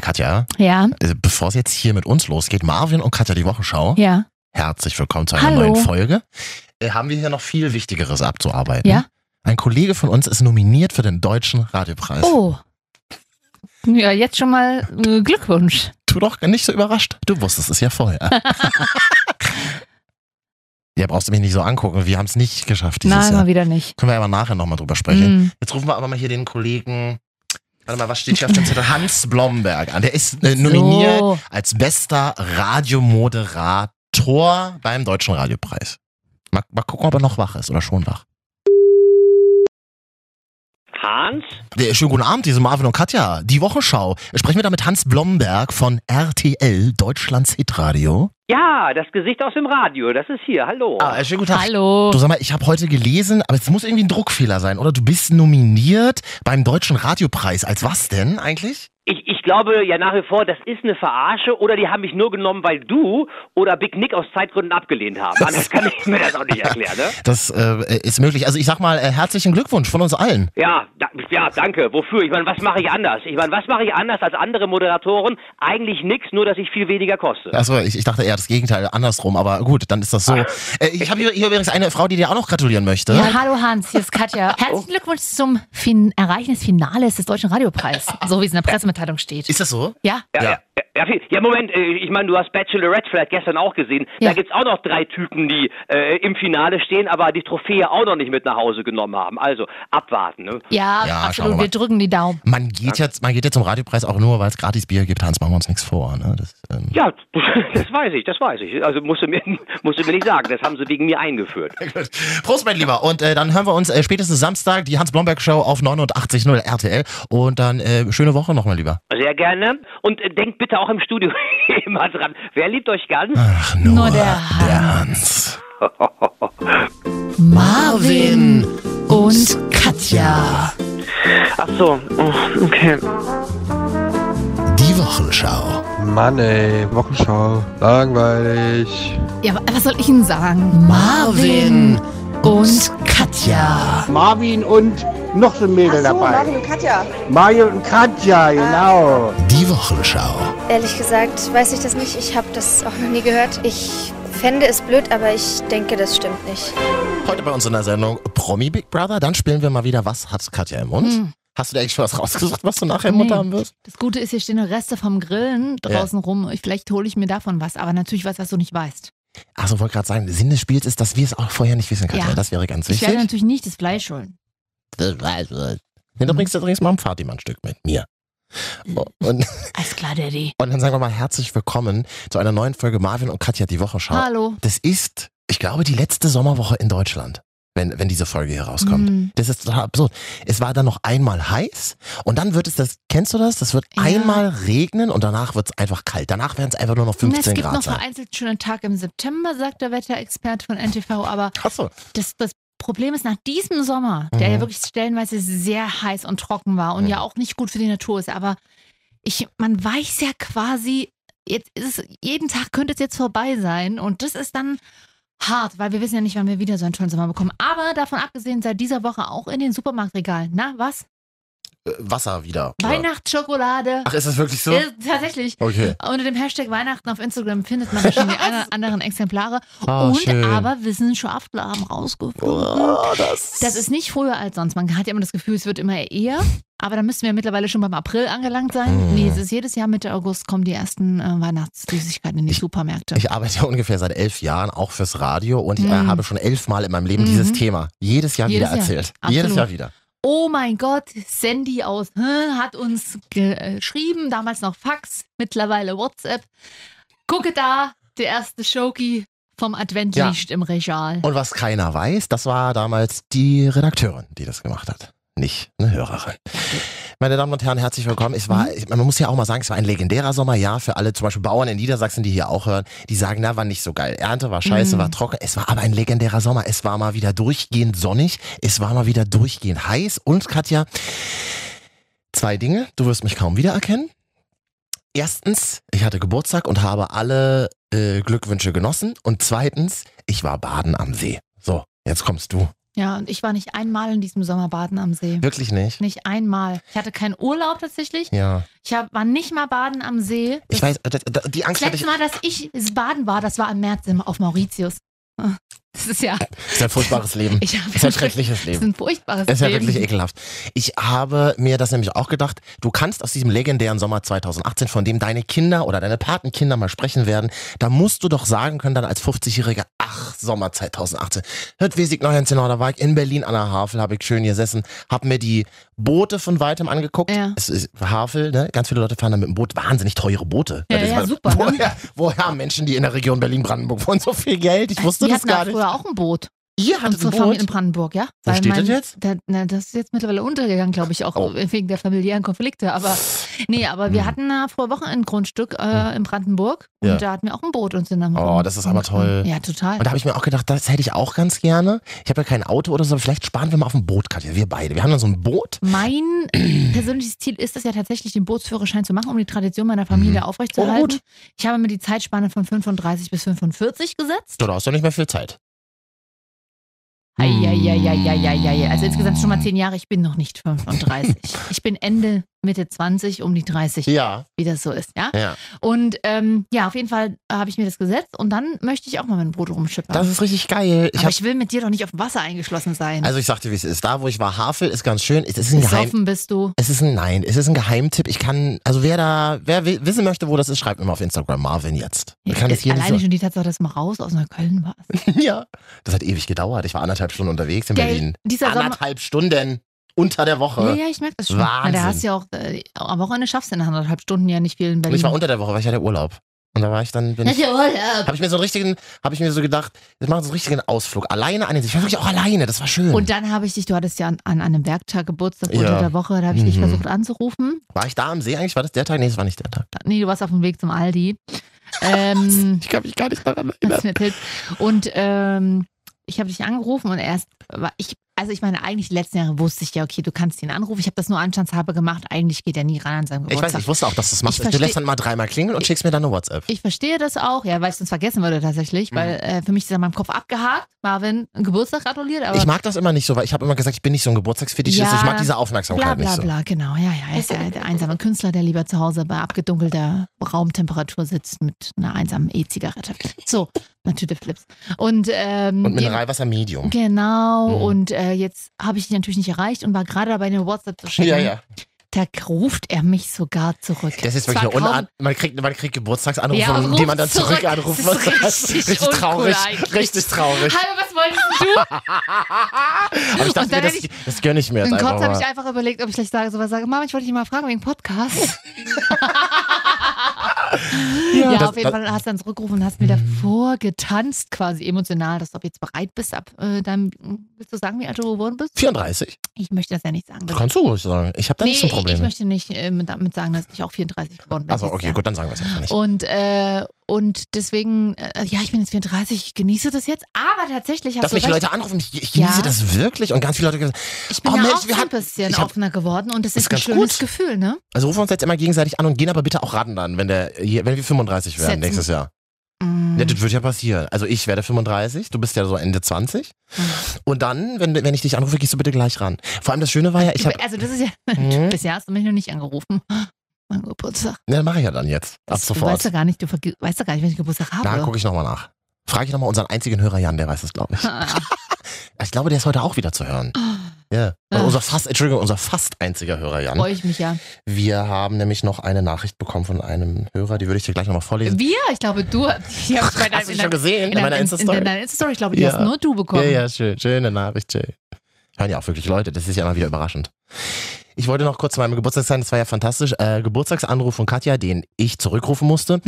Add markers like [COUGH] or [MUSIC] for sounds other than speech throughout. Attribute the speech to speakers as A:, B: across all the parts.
A: Katja,
B: Ja,
A: äh, bevor es jetzt hier mit uns losgeht, Marvin und Katja die Wochenschau,
B: ja,
A: herzlich willkommen zu einer
B: Hallo.
A: neuen Folge. Äh, haben wir hier noch viel Wichtigeres abzuarbeiten.
B: ja.
A: Ein Kollege von uns ist nominiert für den Deutschen Radiopreis.
B: Oh. Ja, jetzt schon mal äh, Glückwunsch.
A: Du doch nicht so überrascht. Du wusstest es ja
B: [LAUGHS]
A: vorher. [LAUGHS] ja, brauchst du mich nicht so angucken. Wir haben es nicht geschafft dieses
B: Nein,
A: Jahr.
B: mal wieder nicht.
A: Können wir aber nachher nochmal drüber sprechen.
B: Mm.
A: Jetzt rufen wir aber mal hier den Kollegen, warte mal, was steht hier auf dem Zettel? Hans Blomberg an. Der ist äh, nominiert
B: So.
A: als bester Radiomoderator beim Deutschen Radiopreis. Mal, mal gucken, ob er noch wach ist oder schon wach.
C: Hans?
A: Äh, Schönen guten Abend, diese Marvin und Katja. Die Wochenschau. Sprechen wir da mit Hans Blomberg von RTL, Deutschlands Hitradio.
C: Ja, das Gesicht aus dem Radio, das ist hier, hallo.
A: Ah, äh, schönen guten Tag.
B: Hallo.
A: Du sag mal, ich habe heute gelesen, aber es muss irgendwie ein Druckfehler sein, oder? Du bist nominiert beim Deutschen Radiopreis. Als was denn eigentlich?
C: Ich, ich glaube ja nach wie vor, das ist eine Verarsche oder die haben mich nur genommen, weil du oder Big Nick aus Zeitgründen abgelehnt haben. Anders kann ich mir das auch nicht erklären, ne?
A: Das äh, ist möglich. Also ich sag mal, äh, herzlichen Glückwunsch von uns allen.
C: Ja, da, ja, danke. Wofür? Ich meine, was mache ich anders? Ich meine, was mache ich anders als andere Moderatoren? Eigentlich nix, nur dass ich viel weniger koste.
A: Achso, ich, ich dachte eher das Gegenteil, andersrum, aber gut, dann ist das so. Äh, ich habe hier, hier übrigens eine Frau, die dir auch noch gratulieren möchte.
B: Ja, hallo Hans, hier ist Katja. [LAUGHS] Oh. Herzlichen Glückwunsch zum fin Erreichen des Finales des Deutschen Radiopreises, so wie es in der Pressemitteilung steht.
A: Ist das so?
B: Ja,
A: Ja.
C: Ja, ja, viel- ja, Moment, äh, ich meine, du hast Bachelorette vielleicht gestern auch gesehen.
B: Ja.
C: Da gibt's auch noch drei Typen, die äh, im Finale stehen, aber die Trophäe auch noch nicht mit nach Hause genommen haben. Also, abwarten. Ne?
A: Ja,
B: ja,
A: schauen wir
B: absolut.
A: mal.
B: Wir drücken die Daumen.
A: Man geht, jetzt, man geht jetzt zum Radiopreis auch nur, weil es gratis Bier gibt. Hans, machen wir uns nichts vor. Ne? Das, [LAUGHS] ähm,
C: Ja, [LAUGHS] das weiß ich, das weiß ich. Also, musst du mir, [LAUGHS] musst du mir nicht sagen, das haben sie wegen mir eingeführt.
A: Prost, mein Lieber. Und äh, dann hören wir uns äh, spätestens Samstag die Hans-Blomberg-Show auf 89.0 RTL. Und dann äh, schöne Woche noch, mein Lieber.
C: Sehr gerne. Und äh, denkt bitte auch im Studio [LAUGHS] immer dran. Wer liebt euch ganz?
B: Ah.
A: Ach, nur,
B: Nur der Hans.
A: Hans.
B: Marvin und Katja.
C: Ach so, okay.
A: Die Wochenschau.
D: Mann ey, Wochenschau. Langweilig.
B: Ja, wa- was soll ich Ihnen sagen? Marvin und Katja.
E: Marvin und noch so ein Mädel
F: Ach so,
E: dabei.
F: Marvin und Katja.
E: Mario und
B: Äh,
E: Katja, genau.
A: Die Wochenschau.
G: Ehrlich gesagt weiß ich das nicht. Ich habe das auch noch nie gehört. Ich fände es blöd, aber ich denke, das stimmt nicht.
A: Heute bei uns in der Sendung Promi Big Brother. Dann spielen wir mal wieder Was hat Katja im Mund?
B: Hm.
A: Hast du dir eigentlich schon was rausgesucht, was du nachher im Mund
B: Nee.
A: haben wirst?
B: Das Gute ist, hier stehen noch Reste vom Grillen draußen rum. Ich- Vielleicht hole ich mir davon was, aber natürlich was, was du nicht weißt.
A: Achso, wollte gerade sagen, Sinn des Spiels ist, dass wir es auch vorher nicht wissen, Katja.
B: Ja.
A: Das wäre ganz
B: Ich werde
A: wichtig.
B: natürlich nicht das Fleisch holen.
A: Das weiß ich. Nee, du bringst übrigens mal ein Fatima-Stück mit mir. Oh, Und,
B: Alles klar, Daddy.
A: und dann sagen wir mal herzlich willkommen zu einer neuen Folge Marvin und Katja die Wochenschau.
B: Hallo.
A: Das ist, ich glaube, die letzte Sommerwoche in Deutschland, wenn, wenn diese Folge hier rauskommt.
B: Mm.
A: Das ist total absurd. Es war dann noch einmal heiß und dann wird es das, kennst du das? Das wird
B: Ja.
A: einmal regnen und danach wird es einfach kalt. Danach werden es einfach nur noch 15
B: es gibt
A: Grad
B: noch
A: sein.
B: vereinzelt schönen Tag im September, sagt der Wetterexperte von NTV. Aber
A: Achso,
B: das, das Problem ist, nach diesem Sommer, der
A: Mhm.
B: ja wirklich stellenweise sehr heiß und trocken war und
A: Mhm.
B: ja auch nicht gut für die Natur ist, aber ich, man weiß ja quasi, jetzt ist es, jeden Tag könnte es jetzt vorbei sein. Und das ist dann hart, weil wir wissen ja nicht, wann wir wieder so einen tollen Sommer bekommen. Aber davon abgesehen, seit dieser Woche auch in den Supermarktregalen. Na, was?
A: äh, Wasser wieder. oder?
B: Weihnachtsschokolade.
A: Ach, ist das wirklich so?
B: Äh, tatsächlich.
A: Okay.
B: Unter dem Hashtag Weihnachten auf Instagram findet man schon
A: [LAUGHS]
B: die anderen, anderen Exemplare.
A: Ah,
B: und
A: schön.
B: aber Wissenschaftler haben rausgefunden,
A: Oh, das,
B: das ist nicht früher als sonst. Man hat ja immer das Gefühl, es wird immer eher. Aber da müssten wir mittlerweile schon beim April angelangt sein.
A: Hm.
B: Nee, es ist jedes Jahr Mitte August kommen die ersten äh, Weihnachtssüßigkeiten in die
A: Ich-
B: Supermärkte.
A: ich arbeite ja ungefähr seit elf Jahren auch fürs Radio und ich äh,
B: Mhm.
A: habe schon elfmal in meinem Leben
B: Mhm.
A: dieses Thema jedes Jahr
B: Jedes
A: wieder
B: Jahr.
A: erzählt.
B: Absolut.
A: Jedes Jahr wieder.
B: oh mein Gott, Sandy aus hm, hat uns äh, geschrieben, damals noch Fax, mittlerweile WhatsApp. Gucke da, der erste Schoki vom Advent
A: Ja.
B: liegt im Regal.
A: Und was keiner weiß, das war damals die Redakteurin, die das gemacht hat. Nicht eine Hörerin. Meine Damen und Herren, herzlich willkommen. Es war,
B: Mhm.
A: man muss ja auch mal sagen, es war ein legendärer Sommer, ja, für alle, zum Beispiel Bauern in Niedersachsen, die hier auch hören, die sagen, na, war nicht so geil. Ernte war scheiße,
B: Mhm.
A: war trocken. Es war aber ein legendärer Sommer. Es war mal wieder durchgehend sonnig. Es war mal wieder durchgehend heiß. Und Katja, zwei Dinge. Du wirst mich kaum wiedererkennen. Erstens, ich hatte Geburtstag und habe alle äh, Glückwünsche genossen. Und zweitens, ich war baden am See. So, jetzt kommst du.
B: Ja, und ich war nicht einmal in diesem Sommer baden am See.
A: Wirklich nicht?
B: Nicht einmal. Ich hatte keinen Urlaub tatsächlich.
A: Ja.
B: Ich hab, war nicht mal baden am See.
A: Ich weiß, das, das, die
B: Das
A: Angst hatte ich.
B: letzte Mal, dass ich baden war, das war im März im- auf Mauritius. Das ist ja,
A: Das ist ein furchtbares Leben.
B: ich habe
A: Das ist ein schreckliches
B: Das ist
A: Leben.
B: ein furchtbares
A: Das ist ja
B: Leben.
A: wirklich ekelhaft. Ich habe mir das nämlich auch gedacht, du kannst aus diesem legendären Sommer 2018, von dem deine Kinder oder deine Patenkinder mal sprechen werden, da musst du doch sagen können, dann als 50-Jähriger, ach, Sommer 2018, hört Wesig 19, da war ich in Berlin an der Havel, habe ich schön gesessen, habe mir die Boote von Weitem angeguckt.
B: Ja.
A: Es ist Havel, ne? ganz viele Leute fahren da mit dem Boot, wahnsinnig teure Boote.
B: Ja,
A: Das
B: ja,
A: war-
B: super, ne?
A: Woher, woher haben Menschen, die in der Region Berlin-Brandenburg wohnen, so viel Geld? Ich wusste
B: Äh, Die
A: das
B: hatten ja
A: gar nicht.
B: früher auch ein Boot.
A: Ihr hattet
B: Unsere
A: ein
B: Familie in
A: Boot?
B: Brandenburg, ja?
A: Wo steht das jetzt?
B: Da, na, das ist jetzt mittlerweile untergegangen, glaube ich, auch
A: Oh.
B: wegen der familiären Konflikte. Aber nee, aber wir
A: Hm.
B: hatten da vor Wochen ein Grundstück äh, in Brandenburg
A: Ja.
B: und da hatten wir auch ein Boot und sind dann
A: Oh,
B: rum-
A: das ist aber toll.
B: Ja, total.
A: Und da habe ich mir auch gedacht, das hätte ich auch ganz gerne. Ich habe ja kein Auto oder so, aber vielleicht sparen wir mal auf ein Boot, Katja. Wir beide. Wir haben dann so ein Boot.
B: Mein
A: [CLEARS THROAT]
B: persönliches Ziel ist es ja tatsächlich, den Bootsführerschein zu machen, um die Tradition meiner Familie
A: Oh,
B: aufrechtzuerhalten.
A: gut.
B: ich habe mir die Zeitspanne von 35 bis 45 gesetzt.
A: So, da hast du nicht mehr viel Zeit.
B: Eieieiei. Also insgesamt schon mal 10 Jahre. Ich bin noch nicht
A: [LAUGHS]
B: 35. ich bin Ende, Mitte 20, um die 30,
A: Ja,
B: wie das so ist. Ja.
A: ja.
B: Und ähm, ja, auf jeden Fall äh, habe ich mir das gesetzt und dann möchte ich auch mal mit dem Boot rumschippern.
A: Das ist richtig geil. Ich
B: Aber
A: hab,
B: ich will mit dir doch nicht auf dem Wasser eingeschlossen sein.
A: also ich sagte, wie es ist. Da, wo ich war, Havel ist ganz schön. Es ist ein Geheim.
B: Besoffen bist du.
A: Es ist ein Nein. Es ist ein Geheimtipp. Ich kann, also wer da, wer wi- wissen möchte, wo das ist, schreibt mir mal auf Instagram Marvin jetzt. Ich kann das
B: Ist
A: hier nicht
B: alleine
A: [LAUGHS] so,
B: schon die Tatsache, dass du mal raus aus Neukölln warst.
A: Ja. Das hat ewig gedauert. Ich war anderthalb Stunden unterwegs in
B: Der-
A: Berlin.
B: Dieser Sommer,
A: Anderthalb Stunden unter der
B: Ja,
A: Woche.
B: ja, ich merke das schon.
A: Wahnsinn.
B: Na, Da hast du ja auch, äh, am Wochenende schaffst du in anderthalb Stunden ja nicht viel in
A: Und
B: Berlin.
A: ich war unter der Woche, weil ich hatte Urlaub. Und da war ich dann, bin
B: das
A: ich
B: ist ja Urlaub.
A: Habe ich mir so einen richtigen, habe ich mir so gedacht, wir machen so einen richtigen Ausflug. Alleine an den See. Ich war wirklich auch alleine, das war schön.
B: Und dann habe ich dich, du hattest ja an, an einem Werktag Geburtstag
A: Ja.
B: unter der Woche, da habe ich dich
A: Mhm.
B: versucht anzurufen.
A: war ich da am See eigentlich? War das der Tag? Nee, das war nicht der Tag.
B: Nee, du warst auf dem Weg zum Aldi.
A: [LAUGHS]
B: ähm,
A: Ich kann mich gar nicht daran
B: hast
A: erinnern.
B: du mir erzählt. Und ähm, ich habe dich angerufen und erst war ich, also ich meine, eigentlich die letzten Jahre wusste ich ja, okay, du kannst ihn anrufen. Ich habe das nur anstandshalber gemacht. Eigentlich geht er nie ran an seinem
A: Ich weiß,
B: Geburtstag.
A: ich wusste auch, dass du das
B: Ich
A: machst. Du
B: versteh-
A: lässt dann mal dreimal klingeln und schickst mir dann eine WhatsApp.
B: Ich verstehe das auch, ja, weil ich sonst vergessen würde tatsächlich, weil
A: Mhm.
B: äh, für mich ist es in meinem Kopf abgehakt. Marvin, Geburtstag gratuliert, aber
A: Ich mag das immer nicht so, weil ich habe immer gesagt, ich bin nicht so ein Geburtstagsfetischist.
B: Ja.
A: ich mag diese
B: bla
A: Aufmerksamkeit
B: bla
A: halt nicht so.
B: bla, genau. Ja, ja, er ist ja der einsame Künstler, der lieber zu Hause bei abgedunkelter Raumtemperatur sitzt mit einer einsamen E-Zigarette. So, natürlich Flips. Und, ähm,
A: Und
B: ja,
A: Mineralwasser Medium.
B: Genau,
A: Mhm.
B: und äh, jetzt habe ich ihn natürlich nicht erreicht und war gerade dabei, eine WhatsApp zu schicken.
A: Ja, ja.
B: Da ruft er mich sogar zurück.
A: Das ist
B: Zwar
A: wirklich eine
B: kaum-
A: Unart. Man kriegt, man kriegt Geburtstagsanrufe,
B: Ja, und
A: die man dann
B: ruft
A: zurück,
B: zurück.
A: anruft.
B: Das
A: [LAUGHS]
B: ist richtig uncool
A: traurig.
B: eigentlich.
A: Richtig traurig.
B: Hallo, was wolltest du?
A: Aber ich dachte
B: dann
A: mir, das,
B: hätte ich-
A: das gönne ich mir jetzt
B: Und kurz
A: einfach
B: habe
A: mal.
B: ich einfach überlegt, ob ich gleich sage, sowas sage. Mama, ich wollte dich mal fragen wegen Podcast. ja,
A: das- Mhm.
B: auf jeden
A: das-
B: Fall hast du dann zurückgerufen und hast mir davor getanzt, quasi emotional, dass du ab jetzt bereit bist, ab äh, deinem, willst du sagen, wie alt du geworden bist?
A: 34.
B: Ich möchte das ja nicht sagen.
A: Das kannst du ruhig sagen. Ich habe da
B: nee,
A: nicht so ein
B: ich,
A: Problem.
B: ich
A: mit.
B: möchte nicht äh, mit- damit sagen, dass ich auch 34 geworden bin.
A: Also
B: dieses
A: okay,
B: Jahr.
A: gut, dann sagen wir es einfach nicht.
B: Und, äh, und deswegen, äh, ja, ich bin jetzt 34, ich genieße das jetzt, aber tatsächlich hast
A: Dass
B: du
A: mich
B: recht.
A: Leute anrufen, ich, ich genieße
B: Ja.
A: das wirklich und ganz viele Leute gesagt,
B: ich bin
A: Oh,
B: ja
A: Mensch,
B: auch so
A: wir
B: ein
A: hatten-
B: bisschen
A: ich hab-
B: offener geworden und das
A: Ist
B: ist, ein
A: ganz
B: schönes
A: gut.
B: Gefühl, ne?
A: also rufen wir uns jetzt immer gegenseitig an und gehen aber bitte auch ran dann, wenn der hier- wenn wir 35 werden
B: Setzen.
A: nächstes Jahr.
B: Mm.
A: Ja, das wird ja passieren. Also ich werde 35, du bist ja so Ende 20
B: Mhm.
A: und dann wenn wenn ich dich anrufe, gehst du bitte gleich ran. Vor allem das schöne war ja, ich
B: Du-
A: habe
B: also das ist ja,
A: Mhm.
B: [LAUGHS] bisher hast du mich noch nicht angerufen. [GASPS] Mein Geburtstag.
A: ne, mache ich ja dann jetzt ab
B: Das- Du weißt ja
A: sofort.
B: gar nicht, du verge- weißt ja gar nicht, wenn ich Geburtstag habe. [LAUGHS]
A: Da gucke ich nochmal nach. Frage ich nochmal unseren einzigen Hörer Jan, der weiß es, glaube ich.
B: Ah.
A: Ich glaube, der ist heute auch wieder zu hören. Ja.
B: Ah.
A: Unser fast, Entschuldigung, unser fast einziger Hörer Jan.
B: Freue ich mich ja.
A: Wir haben nämlich noch eine Nachricht bekommen von einem Hörer, die würde ich dir gleich nochmal vorlesen.
B: Wir, ich glaube, du. [LAUGHS] Ich hab's bei deinem-
A: Hast du schon
B: in deinem-
A: gesehen?
B: in
A: In meiner
B: deinem- in
A: Insta-Story?
B: deiner Insta-Story, ich glaube, die
A: Ja.
B: hast nur du bekommen.
A: Ja, ja, schön. Schöne Nachricht, Jay. Hören ja auch wirklich Leute, das ist ja immer wieder überraschend. Ich wollte noch kurz zu meinem Geburtstag sagen, das war ja fantastisch. Äh, Geburtstagsanruf von Katja, den ich zurückrufen musste.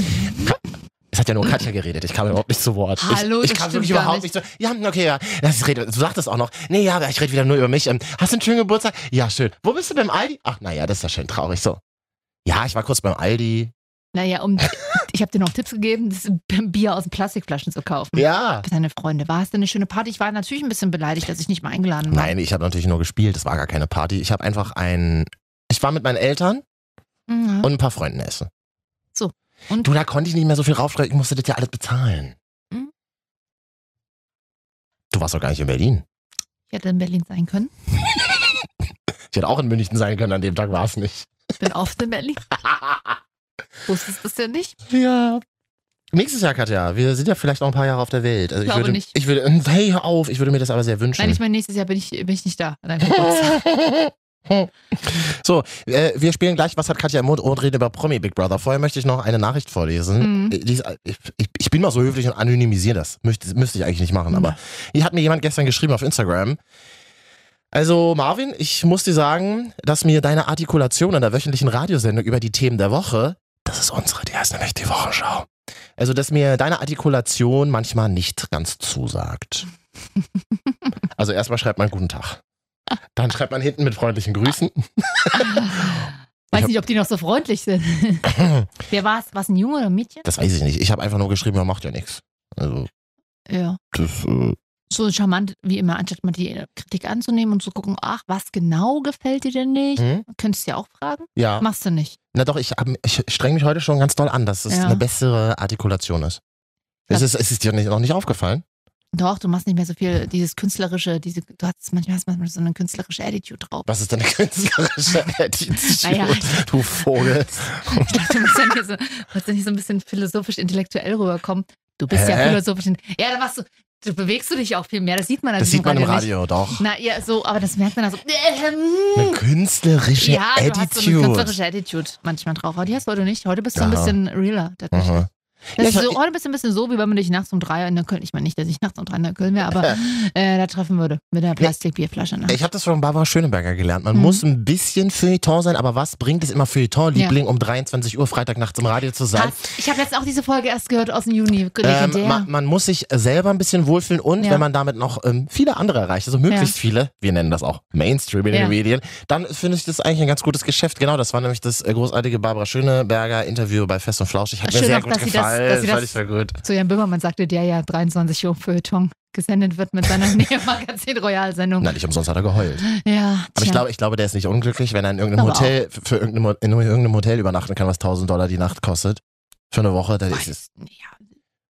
A: Es hat ja nur Katja geredet, ich kam überhaupt nicht zu Wort.
B: Hallo,
A: ich, ich
B: das
A: kam
B: stimmt
A: wirklich
B: gar
A: überhaupt nicht.
B: nicht.
A: zu Ja, okay, ja. Das ist Rede. Du sagtest auch noch. Nee, ja, aber ich rede wieder nur über mich. Ähm, hast du einen schönen Geburtstag? Ja, schön. Wo bist du beim Aldi? Ach, naja, das ist ja schön traurig so. Ja, ich war kurz beim Aldi. [LAUGHS]
B: Naja, um, ich habe dir noch Tipps gegeben, das [LAUGHS] Bier aus Plastikflaschen zu kaufen.
A: Ja.
B: Für deine Freunde. War es denn eine schöne Party? Ich war natürlich ein bisschen beleidigt, dass ich nicht mal eingeladen war.
A: Nein, ich habe natürlich nur gespielt. Das war gar keine Party. Ich habe einfach ein. Ich war mit meinen Eltern
B: Mhm.
A: und ein paar Freunden essen.
B: So. Und-
A: du, da konnte ich nicht mehr so viel raufschreiben. Ich musste das ja alles bezahlen.
B: Mhm.
A: Du warst doch gar nicht in Berlin.
B: Ich hätte in Berlin sein können.
A: Ich hätte auch in München sein können, an dem Tag war es nicht.
B: Ich bin oft
A: [LAUGHS]
B: in Berlin. Wusstest du es ja nicht?
A: Ja. Nächstes Jahr, Katja, wir sind ja vielleicht noch ein paar Jahre auf der Welt. Also ich
B: Glaube
A: würde,
B: nicht.
A: Ich würde, hey, hör auf, ich würde mir das aber sehr wünschen.
B: Nein, ich meine, nächstes Jahr bin ich, bin ich nicht da. an
A: [LAUGHS]
B: deinem Geburtstag.
A: so, äh, wir spielen gleich Was hat Katja im Mund und reden über Promi Big Brother. Vorher möchte ich noch eine Nachricht vorlesen.
B: Mhm.
A: Äh, die ist, äh, Ich, ich, ich bin mal so höflich und anonymisiere das. Müsste, müsste ich eigentlich nicht machen, aber hier hat mir jemand gestern geschrieben auf Instagram. Also Marvin, ich muss dir sagen, dass mir deine Artikulation in der wöchentlichen Radiosendung über die Themen der Woche, das ist unsere, die heißt nämlich die Wochenschau. Also, dass mir deine Artikulation manchmal nicht ganz zusagt. Also erstmal schreibt man guten Tag. Dann schreibt man hinten mit freundlichen Grüßen.
B: Weiß nicht, ob die noch so
A: [LAUGHS]
B: freundlich sind. Wer war es? War es ein Junge oder ein Mädchen?
A: Das weiß ich nicht. Ich habe einfach nur geschrieben, man macht ja nichts. Also,
B: Ja.
A: das, äh,
B: So charmant wie immer, anstatt mal die Kritik anzunehmen und zu gucken, ach, was genau gefällt dir denn nicht?
A: hm?
B: Könntest du ja auch fragen.
A: ja.
B: Machst du nicht.
A: Na doch, ich, ähm, ich streng mich heute schon ganz doll an, dass es
B: Ja.
A: eine bessere Artikulation ist. Es
B: Ja.
A: ist, es ist dir nicht, noch nicht aufgefallen?
B: Doch, du machst nicht mehr so viel dieses künstlerische, diese, du hast manchmal hast manchmal so eine künstlerische Attitude drauf.
A: Was ist denn eine
B: [LAUGHS]
A: künstlerische Attitude,
B: Naja.
A: du Vogel?
B: Ich dachte, [LAUGHS] du musst ja nicht so, musst ja nicht so ein bisschen philosophisch intellektuell rüberkommen. Du bist ja
A: Hä?
B: philosophisch. in- Ja, da machst du, du bewegst du dich auch viel mehr. Das sieht man
A: Das
B: natürlich
A: sieht man im
B: nicht.
A: Radio, doch.
B: Na ja, so, aber das merkt man also. hm.
A: Eine künstlerische
B: ja, du hast so eine
A: Attitude.
B: künstlerische Attitude manchmal drauf. Aber die hast du heute nicht. Heute bist du ein
A: Aha.
B: bisschen realer. tatsächlich.
A: Mhm.
B: Das
A: Ja,
B: ist
A: ich-
B: so, heute bist du ein bisschen so, wie wenn man dich nachts um drei in der Köln, ich meine nicht, dass ich nachts um drei in der Köln
A: [LAUGHS]
B: wäre, aber äh, da treffen würde mit einer Plastikbierflasche. ne? nach.
A: Ich habe das von Barbara Schöneberger gelernt. Man
B: Mhm.
A: muss ein bisschen Feuilleton sein, aber was bringt es immer Feuilleton, Liebling, um 23 Uhr Freitagnachts im Radio zu sein?
B: Krass. Ich habe letztens auch diese Folge erst gehört aus dem Juni. Legendär.
A: Ähm, man, man muss sich selber ein bisschen wohlfühlen und
B: Ja.
A: wenn man damit noch ähm, viele andere erreicht, also möglichst viele, wir nennen das auch Mainstream in
B: Ja.
A: den Medien, dann finde ich das eigentlich ein ganz gutes Geschäft. Genau, das war nämlich das äh, großartige Barbara Schöneberger Interview bei Fest und Flauschig. Hat
B: Schön
A: mir sehr
B: auch,
A: gut
B: dass sie das-
A: gefallen.
B: dass sie
A: fand
B: das-
A: ich sehr gut.
B: Zu Jan Böhmermann sagte der ja 23 Uhr Feuilleton gesendet wird mit seiner [LAUGHS] Magazin-Royal-Sendung.
A: Na, nicht umsonst hat er geheult.
B: Ja,
A: Aber ich
B: tja.
A: glaube, ich glaube, der ist nicht unglücklich, wenn er in irgendeinem
B: Aber auch.
A: Hotel, für irgendeinem, Ho- in irgendeinem Hotel übernachten kann, was 1000 Dollar die Nacht kostet. Für eine Woche, dann ist es.
B: Ja,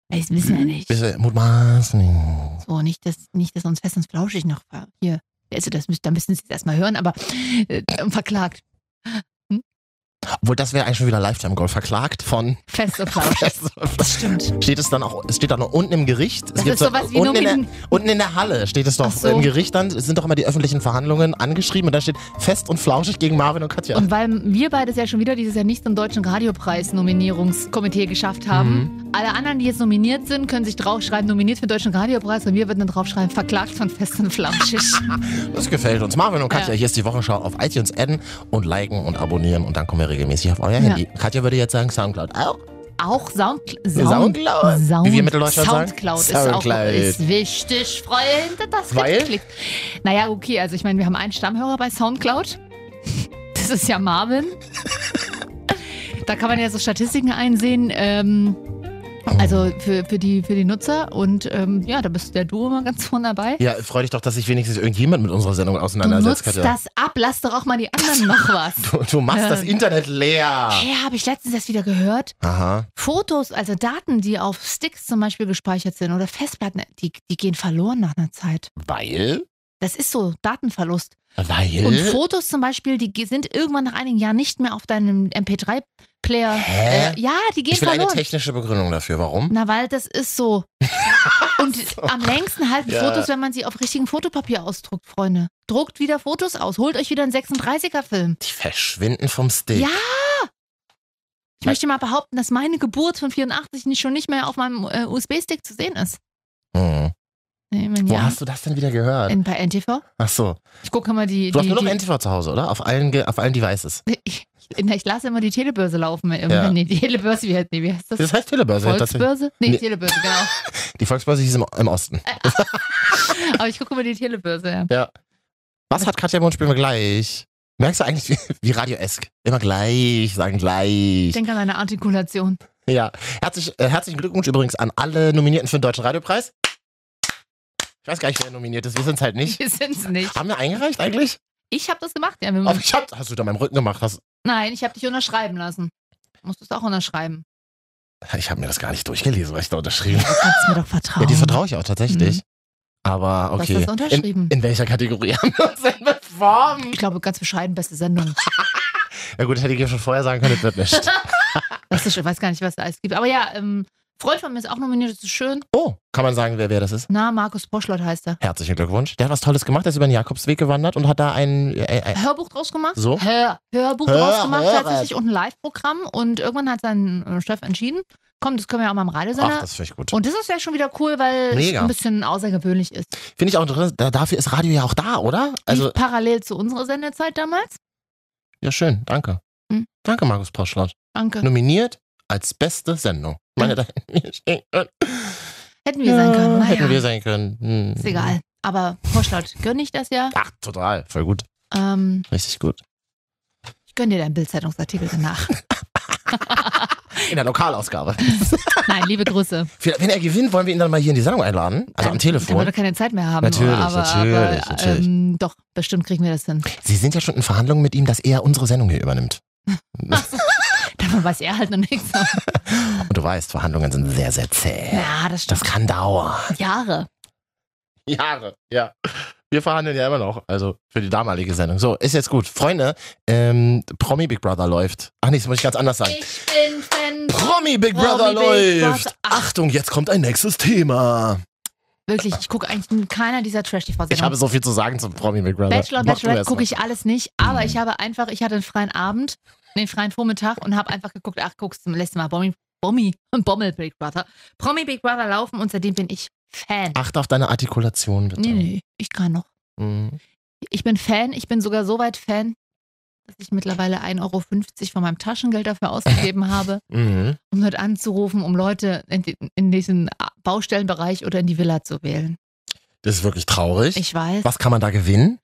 B: das wissen
A: Mhm.
B: wir nicht.
A: Bisschen mutmaßen.
B: So, nicht, dass, nicht, dass uns fest und flauschig noch ver- hier. Also, das müsst, da müssen Sie es erstmal hören, aber äh, verklagt.
A: Obwohl, das wäre eigentlich schon wieder Lifetime-Goal. Verklagt von. [LAUGHS]
B: Fest und flauschig. Das stimmt.
A: steht es dann auch, es steht dann noch unten im Gericht. Es
B: Das
A: gibt
B: ist
A: so-
B: sowas wie
A: unten, in der,
B: Nomin-
A: unten in der Halle steht es doch
B: Ach so.
A: im Gericht dann. Es sind doch immer die öffentlichen Verhandlungen angeschrieben und da steht fest und flauschig gegen Marvin und Katja.
B: Und weil wir beides ja schon wieder dieses Jahr nicht zum Deutschen Radiopreis-Nominierungskomitee geschafft haben, alle anderen, die jetzt nominiert sind, können sich draufschreiben, nominiert für den Deutschen Radiopreis und wir würden dann draufschreiben, verklagt von Fest und Flauschig.
A: das gefällt uns. Marvin und Katja,
B: Ja.
A: hier ist die Wochenschau auf iTunes adden und liken und abonnieren und dann kommen wir regelmäßig auf euer Handy. Katja würde jetzt sagen Soundcloud. Au.
B: auch Sound, Sound,
A: Soundcloud?
B: Sound,
A: Wie wir Mitteldeutschland sagen?
B: Soundcloud ist
A: Soundcloud.
B: auch ist wichtig, Freunde, das
A: Weil?
B: geklickt. Naja, okay, also ich meine, wir haben einen Stammhörer bei Soundcloud. [LAUGHS] Das ist ja Marvin. da kann man ja so Statistiken einsehen. Ähm, also für, für, die, für die Nutzer und ähm, ja, da bist der du immer ganz vorne dabei.
A: Ja, also freu dich doch, dass sich wenigstens irgendjemand mit unserer Sendung
B: Du
A: auseinandersetzt,
B: nutzt
A: Katja.
B: das ab, lass doch auch mal die anderen
A: [LAUGHS]
B: noch was.
A: Du, du machst das Internet leer.
B: Hey, habe ich letztens erst wieder gehört.
A: Aha.
B: Fotos, also Daten, die auf Sticks zum Beispiel gespeichert sind oder Festplatten, die, die gehen verloren nach einer Zeit.
A: Weil?
B: Das ist so, Datenverlust.
A: Weil?
B: Und Fotos zum Beispiel, die ge- sind irgendwann nach einigen Jahren nicht mehr auf deinem MP3-Player.
A: Hä?
B: Äh, ja, die gehen
A: ich will eine
B: verloren.
A: technische Begründung dafür. Warum?
B: Na, weil das
A: [LAUGHS]
B: ist so. Und am längsten halten
A: Ja.
B: Fotos, wenn man sie auf richtigen Fotopapier ausdruckt, Freunde. Druckt wieder Fotos aus, holt euch wieder einen 36er-Film.
A: Die verschwinden vom Stick.
B: Ja! Ich möchte mal behaupten, dass meine Geburt von 84 nicht schon nicht mehr auf meinem äh, USB-Stick zu sehen ist.
A: Hm.
B: Nee, mein
A: Wo
B: ja.
A: hast du das denn wieder gehört?
B: In, bei NTV.
A: Ach so.
B: Ich gucke immer die.
A: Du hast
B: die,
A: nur noch
B: die
A: NTV zu Hause, oder? Auf allen, Ge- auf allen Devices.
B: [LAUGHS] ich, ich lasse immer die Telebörse laufen. Im
A: Ja.
B: Nee, Telebörse, wie, heißt- nee, wie heißt das?
A: Das heißt Telebörse. tatsächlich.
B: Volksbörse? Nee,
A: Nee.
B: Telebörse, genau.
A: Die Volksbörse hieß im, im Osten.
B: Äh. Aber ich gucke immer die Telebörse, ja.
A: Was hat Katja Mund? Spielen wir gleich. Merkst du eigentlich, wie, wie Radio-esk? Immer gleich, sagen
B: Ich
A: gleich.
B: denke an
A: [LAUGHS]
B: meine Artikulation.
A: Ja. Herzlich, äh, herzlichen Glückwunsch übrigens an alle Nominierten für den Deutschen Radiopreis. Ich weiß gar nicht, wer nominiert ist. Wir sind es halt
B: [LAUGHS]
A: nicht.
B: Wir sind's nicht.
A: Haben wir eingereicht eigentlich?
B: Ich habe das gemacht, ja. Wir
A: Aber ich hab, hast du da meinen Rücken gemacht? Hast,
B: Nein, ich habe dich unterschreiben lassen. Musstest auch unterschreiben.
A: ich habe mir das gar nicht durchgelesen, was ich da unterschrieben habe.
B: Kannst mir doch vertrauen.
A: Ja, die vertraue ich auch tatsächlich. Aber
B: hast
A: okay.
B: das unterschrieben?
A: In, in welcher Kategorie [LAUGHS] haben wir uns denn beworben?
B: Ich glaube, ganz bescheiden, beste Sendung.
A: Ja gut, das hätte ich ja schon vorher sagen können, das wird nicht.
B: Das ist, ich weiß gar nicht, was da alles gibt. Aber ja, ähm, Freund von mir ist auch nominiert, das ist schön.
A: [LAUGHS] Oh, kann man sagen, wer, wer das ist?
B: Na, Markus Boschlott heißt er.
A: Herzlichen Glückwunsch. Der hat was Tolles gemacht, der ist über den Jakobsweg gewandert und hat da einen... Äh, äh,
B: Hörbuch draus gemacht?
A: So?
B: Hör, Hörbuch
A: Hör-
B: draus gemacht,
A: Hörer.
B: tatsächlich und ein Live-Programm. Und irgendwann hat sein äh, Chef entschieden, komm, das können wir ja auch mal im
A: ach,
B: Radiosender.
A: das finde ich gut.
B: und das ist ja schon wieder cool, weil
A: Mega.
B: es ein bisschen außergewöhnlich ist.
A: Finde ich auch interessant, da- dafür ist Radio ja auch da, oder? Also,
B: Lief parallel zu unserer Sendezeit damals.
A: ja schön, danke.
B: Hm.
A: Danke, Markus Pauschlaut.
B: Danke.
A: Nominiert als beste Sendung. Meine Damen [LAUGHS] und
B: Hätten wir sein
A: Ja,
B: können. Naja,
A: äh, Hätten wir sein können. Hm.
B: Ah, ist egal. Aber Vorschlaut, gönn ich das ja.
A: Ach, total. Voll gut.
B: Ähm,
A: Richtig gut.
B: ich gönn dir deinen Bildzeitungsartikel
A: [LAUGHS]
B: danach.
A: In der Lokalausgabe.
B: Nein, liebe Grüße.
A: Vielleicht, Wenn er gewinnt, wollen wir ihn dann mal hier in die Sendung einladen. Also am
B: Da wir
A: Telefon.
B: doch keine Zeit mehr haben.
A: Natürlich,
B: aber,
A: natürlich,
B: aber,
A: natürlich.
B: Ähm, doch, bestimmt kriegen wir das hin.
A: Sie sind ja schon in Verhandlungen mit ihm, dass er unsere Sendung hier übernimmt.
B: Davon weiß er halt noch nichts.
A: Und du weißt, Verhandlungen sind sehr, sehr zäh.
B: [LAUGHS] Ja, das stimmt.
A: Das kann dauern.
B: Jahre.
A: Jahre, ja. Wir verhandeln ja immer noch, also für die damalige Sendung. So, ist jetzt gut. Freunde, ähm, Promi Big Brother läuft. Ach nee, das muss ich ganz anders sagen.
B: Ich bin Fan.
A: Promi Big
B: Promi
A: Brother
B: Big
A: läuft.
B: Brother.
A: Achtung, jetzt kommt ein nächstes Thema.
B: Wirklich, ich gucke eigentlich in keiner dieser
A: Ich habe
B: Trash-TV-Sendungen.
A: so viel zu sagen zum Promi Big Brother.
B: Genau. Bachelor,
A: Mach du
B: Bachelorette
A: erst
B: gucke
A: mal.
B: ich alles nicht, aber
A: Mhm.
B: ich habe einfach, ich hatte einen freien Abend, nee, einen freien Vormittag und habe einfach geguckt, ach, guckst du letzte Mal Bommi, Bommi, [LAUGHS] Bommel Big Brother. Promi Big Brother laufen und seitdem bin ich Fan.
A: Achte auf deine Artikulation, bitte.
B: Nee, nee, ich kann noch.
A: Mhm.
B: Ich bin Fan, ich bin sogar so weit Fan, dass ich mittlerweile 1,50 Euro von meinem Taschengeld
A: [LAUGHS]
B: dafür ausgegeben habe,
A: Mhm.
B: um dort anzurufen, um Leute in, die- in diesen Baustellenbereich oder in die Villa zu wählen.
A: Das ist wirklich traurig.
B: Ich weiß,
A: Was kann man da gewinnen?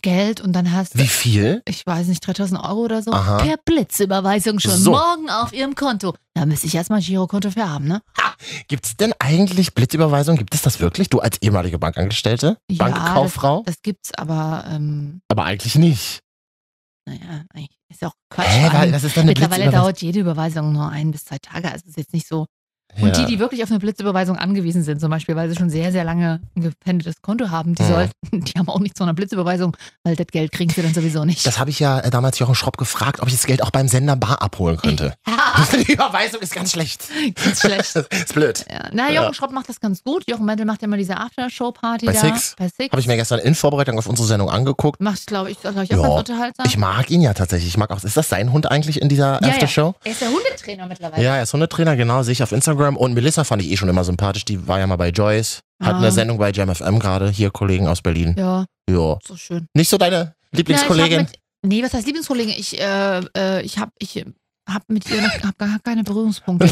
B: Geld und dann hast du,
A: Wie viel?
B: ich weiß nicht, 3000 Euro oder so.
A: Aha.
B: Per Blitzüberweisung schon
A: So.
B: morgen auf ihrem Konto. Da müsste ich erstmal ein Girokonto für haben, ne?
A: Gibt es denn eigentlich Blitzüberweisung? Gibt es das wirklich? Du als ehemalige Bankangestellte?
B: Ja,
A: Bankkauffrau?
B: Das gibt's, aber ähm,
A: Aber eigentlich nicht.
B: naja, eigentlich ist ja auch Quatsch.
A: Hä,
B: Vor
A: weil
B: allem,
A: das ist dann eine
B: mittlerweile
A: Blitzüberweisung.
B: dauert jede Überweisung nur ein bis zwei Tage. Also es ist jetzt nicht so. Und die, die wirklich auf eine Blitzüberweisung angewiesen sind, zum Beispiel, weil sie schon sehr, sehr lange ein gependelt Konto haben, die
A: Mhm.
B: sollten, [LAUGHS] die haben auch nichts von einer Blitzüberweisung, weil das Geld kriegen sie dann sowieso nicht. [LAUGHS]
A: Das habe ich ja äh, damals Jochen Schropp gefragt, ob ich das Geld auch beim Sender bar abholen
B: [LAUGHS]
A: könnte.
B: Ah.
A: Die Überweisung ist ganz schlecht.
B: ist schlecht.
A: ist blöd.
B: Ja. Na, Jochen Schropp macht das ganz gut. Jochen Mendel macht ja immer diese Aftershow-Party
A: Bei
B: da.
A: Six?
B: Bei Six.
A: Habe ich mir gestern in Vorbereitung auf unsere Sendung angeguckt.
B: Macht, glaube ich, glaub ich,
A: Ja.
B: auch ganz unterhaltsam.
A: Ich mag ihn ja tatsächlich. Ich mag auch. Ist das sein Hund eigentlich in dieser
B: Ja, ja.
A: Aftershow?
B: er ist der Hundetrainer
A: Ja.
B: mittlerweile.
A: ja, er ist Hundetrainer, genau, sehe ich auf Instagram. Und Melissa fand ich eh schon immer sympathisch. Die war ja mal bei Joyce. Hat
B: Ah.
A: eine Sendung bei JamFM gerade. Hier Kollegen aus Berlin.
B: Ja,
A: Ja.
B: so schön.
A: Nicht so deine
B: Na, ich
A: Lieblingskollegin?
B: hab mit, nee, was heißt Lieblingskollegin? Ich, äh, äh, ich habe ich äh, hab mit ihr noch, hab gar keine
A: [LAUGHS]
B: Berührungspunkte.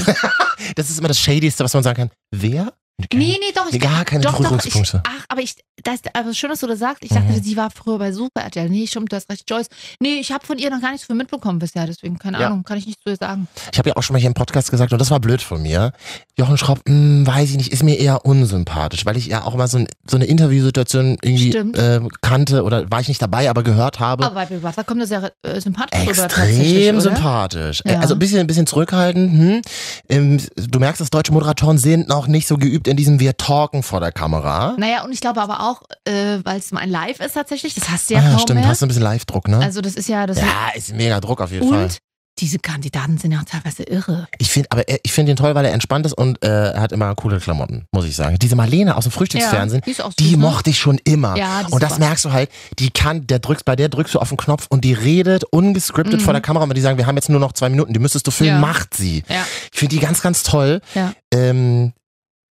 A: Das ist immer das Shadyste, was man sagen kann. Wer?
B: nee, nee, doch. Ich,
A: Gar keine
B: doch, doch, ich,
A: Berührungspunkte.
B: ach, aber ich, das, aber schön, dass du das sagst. Ich dachte,
A: Mhm.
B: sie war früher bei Super RTL. Nee, stimmt, du hast recht, Joyce. Nee, ich habe von ihr noch gar nicht so viel mitbekommen bisher, deswegen keine
A: Ja.
B: Ahnung, kann ich nicht zu ihr sagen.
A: Ich habe ja auch schon mal hier im Podcast gesagt, und das war blöd von mir. Jochen Schraub, hm, weiß ich nicht, ist mir eher unsympathisch, weil ich ja auch mal so, ein, so eine Interviewsituation irgendwie
B: Stimmt.
A: äh, kannte oder war ich nicht dabei, aber gehört habe.
B: Aber bei Big Brother kommt das ja äh, sympathisch rüber tatsächlich,
A: Extrem
B: oder?
A: sympathisch. Äh,
B: Ja.
A: Also ein bisschen, ein bisschen zurückhaltend. Hm? Ähm, Du merkst, dass deutsche Moderatoren sind noch nicht so geübt in diesem Wir talken vor der Kamera.
B: Naja, und ich glaube aber auch, äh, weil es zum einen live ist tatsächlich, das hast du ja
A: ah, ja,
B: kaum
A: stimmt.
B: mehr.
A: Hast du ein bisschen Live-Druck, ne?
B: Also das ist ja das.
A: ja, ist mega Druck auf jeden Fall.
B: und diese Kandidaten sind ja auch teilweise irre.
A: Ich finde, aber er- ich finde ihn toll, weil er entspannt ist und äh, er hat immer coole Klamotten, muss ich sagen. Diese Marlene aus dem Frühstücksfernsehen,
B: Ja, die ist auch
A: die
B: süß, ne?
A: mochte ich schon immer.
B: Ja, die ist
A: und das
B: super.
A: merkst du halt, die kann, der drückst, bei der drückst du auf den Knopf und die redet ungescriptet
B: Mhm.
A: vor der Kamera, aber die sagen, wir haben jetzt nur noch zwei Minuten, die müsstest du filmen,
B: Ja.
A: macht sie.
B: Ja.
A: Ich finde die ganz, ganz toll.
B: Ja.
A: Ähm,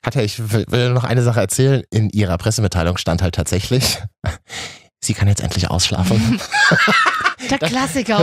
A: hatte ich will will noch eine Sache erzählen. In ihrer Pressemitteilung stand halt tatsächlich, [LAUGHS] sie kann jetzt endlich
B: [LAUGHS]
A: ausschlafen.
B: Der Klassiker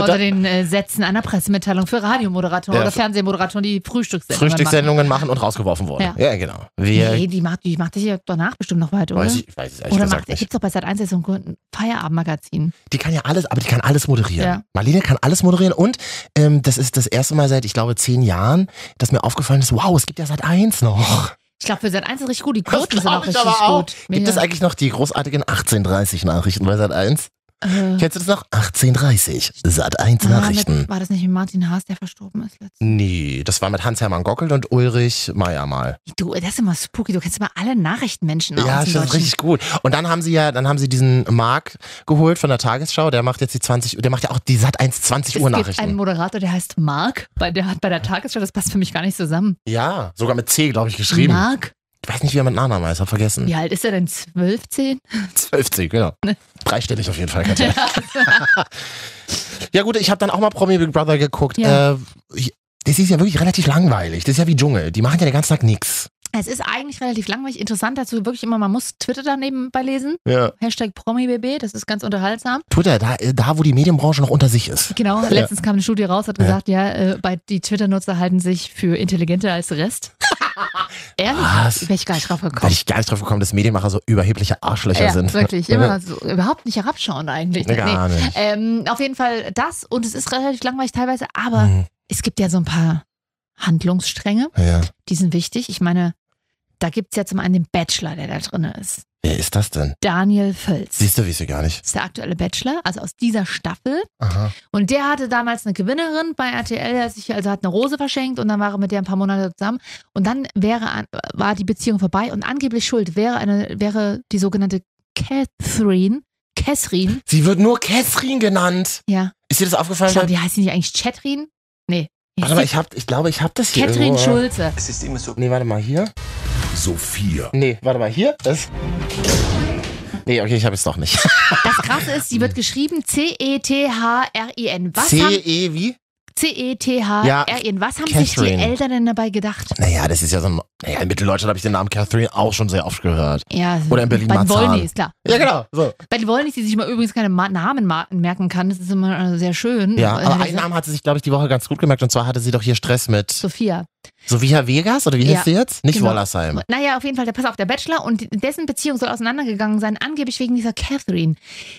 A: [LAUGHS]
B: unter den äh, Sätzen einer Pressemitteilung für Radiomoderatoren
A: Ja,
B: oder
A: für-
B: Fernsehmoderatoren, die Frühstückssendungen
A: Frühstückssendungen machen und rausgeworfen wurden. Ja,
B: Ja.
A: genau.
B: machen.
A: Wir,
B: Nee, die macht, die macht dich ja danach bestimmt noch weiter, oder?
A: weiß ich, weiß ich ehrlich
B: oder
A: gesagt
B: macht,
A: nicht.
B: gibt's doch bei Sat 1 jetzt so ein Feierabendmagazin.
A: Die kann ja alles, aber die kann alles moderieren.
B: Ja.
A: Marlene kann alles moderieren und ähm, das ist das erste Mal seit, ich glaube, zehn Jahren, dass mir aufgefallen ist, wow, es gibt ja seit eins noch.
B: Ich glaube, für Sat 1 ist richtig gut, die
A: Das
B: Quoten sind
A: glaub
B: auch
A: ich
B: richtig
A: aber auch.
B: gut.
A: Gibt
B: Ja.
A: es eigentlich noch die großartigen 1830 Nachrichten bei Sat 1?
B: Äh,
A: Kennst du das noch? 1830, Sat 1
B: war,
A: Nachrichten.
B: Ah, mit, war das nicht mit Martin Haas, der verstorben ist letztens?
A: Nee, das war mit Hans-Hermann Gockel und Ulrich Meier mal.
B: Du, das ist immer spooky. Du kennst immer alle Nachrichtenmenschen aus
A: ja,
B: dem
A: das ist
B: Deutschen.
A: richtig gut. Und dann haben sie ja, dann haben sie diesen Marc geholt von der Tagesschau, der macht jetzt die 20, der macht ja auch die Sat 1 20 Uhr
B: Es gibt einen
A: Nachrichten.
B: Moderator, der heißt Mark, bei der hat bei der Tagesschau, das passt für mich gar nicht zusammen.
A: Ja, sogar mit C, glaube ich, geschrieben. Hm.
B: Mark,
A: Ich weiß nicht, wie er mit Nachnamen heißt, hab vergessen.
B: wie alt ist er denn? 12, 10?
A: 12 C, genau.
B: Ne.
A: Dreistellig auf jeden Fall,
B: [LAUGHS]
A: Katja. ja gut, ich habe dann auch mal Promi Big Brother geguckt.
B: Ja.
A: Äh, ich- das ist ja wirklich relativ langweilig. Das ist ja wie Dschungel. Die machen ja den ganzen Tag nichts.
B: Es ist eigentlich relativ langweilig. Interessant dazu wirklich immer, man muss Twitter daneben bei lesen.
A: Ja.
B: Hashtag PromiBB, das ist ganz unterhaltsam.
A: Twitter, da, da wo die Medienbranche noch unter sich ist.
B: Genau, letztens kam eine Studie raus, hat
A: Ja.
B: gesagt, ja, äh, bei, die Twitter-Nutzer halten sich für intelligenter als
A: [LAUGHS]
B: der Rest. Ehrlich?
A: Was?
B: Wäre ich gar nicht drauf
A: Bin
B: gekommen.
A: ich gar nicht drauf gekommen, dass Medienmacher so überhebliche Arschlöcher
B: Ja,
A: sind.
B: wirklich. Immer so, überhaupt nicht herabschauend eigentlich.
A: Nee, gar nicht.
B: Ähm, auf jeden Fall das und es ist relativ langweilig teilweise, aber
A: Mhm.
B: es gibt ja so ein paar Handlungsstränge,
A: Ja.
B: die sind wichtig. Ich meine, da gibt es ja zum einen den Bachelor, der da drin ist.
A: Wer ist das denn?
B: Daniel Völz.
A: Siehst du, wie sie gar nicht.
B: Das ist der aktuelle Bachelor, also aus dieser Staffel.
A: Aha.
B: Und der hatte damals eine Gewinnerin bei RTL, der sich also hat eine Rose verschenkt und dann war er mit der ein paar Monate zusammen. Und dann wäre an- war die Beziehung vorbei und angeblich schuld wäre eine wäre die sogenannte Catherine. Catherine,
A: Sie wird nur Catherine genannt.
B: ja.
A: Ist dir das
B: Ich
A: aufgefallen?
B: glaube, die heißt nicht eigentlich Chatrin? Nee.
A: warte mal, ich, hab, ich glaube, ich habe das hier.
B: Catherine
A: irgendwo.
B: Schulze.
A: Nee, warte mal, hier.
F: Sophia.
A: Nee, warte mal, hier. Das. Nee, okay, ich habe es doch nicht.
B: Das krasse ist, sie wird geschrieben E C-E-T-H-R-I-N. [LAUGHS] Was haben E
A: C-E E, wie?
B: C-E-T-H-R-I-N. Was haben sich die
A: Catherine.
B: Eltern denn dabei gedacht?
A: Naja, das ist ja so ein. Naja, in Mitteldeutschland habe ich den Namen Catherine auch schon sehr oft gehört.
B: Ja,
A: Oder in Berlin-Marzahn.
B: Wolny ist klar.
A: Ja, genau. So.
B: Bei den Wollnis, die sich mal übrigens keine Ma Namen ma- merken kann, das ist immer äh, sehr schön.
A: Ja,
B: Äh,
A: aber einen
B: diese-
A: Namen hat sie sich, glaube ich, die Woche ganz gut gemerkt. Und zwar hatte sie doch hier Stress mit
B: Sophia.
A: Sophia Vegas oder wie
B: Ja,
A: heißt sie jetzt? Nicht
B: genau.
A: Wollersheim.
B: Naja, auf jeden Fall, der pass auf, der Bachelor und dessen Beziehung soll auseinandergegangen sein, angeblich wegen dieser Catherine.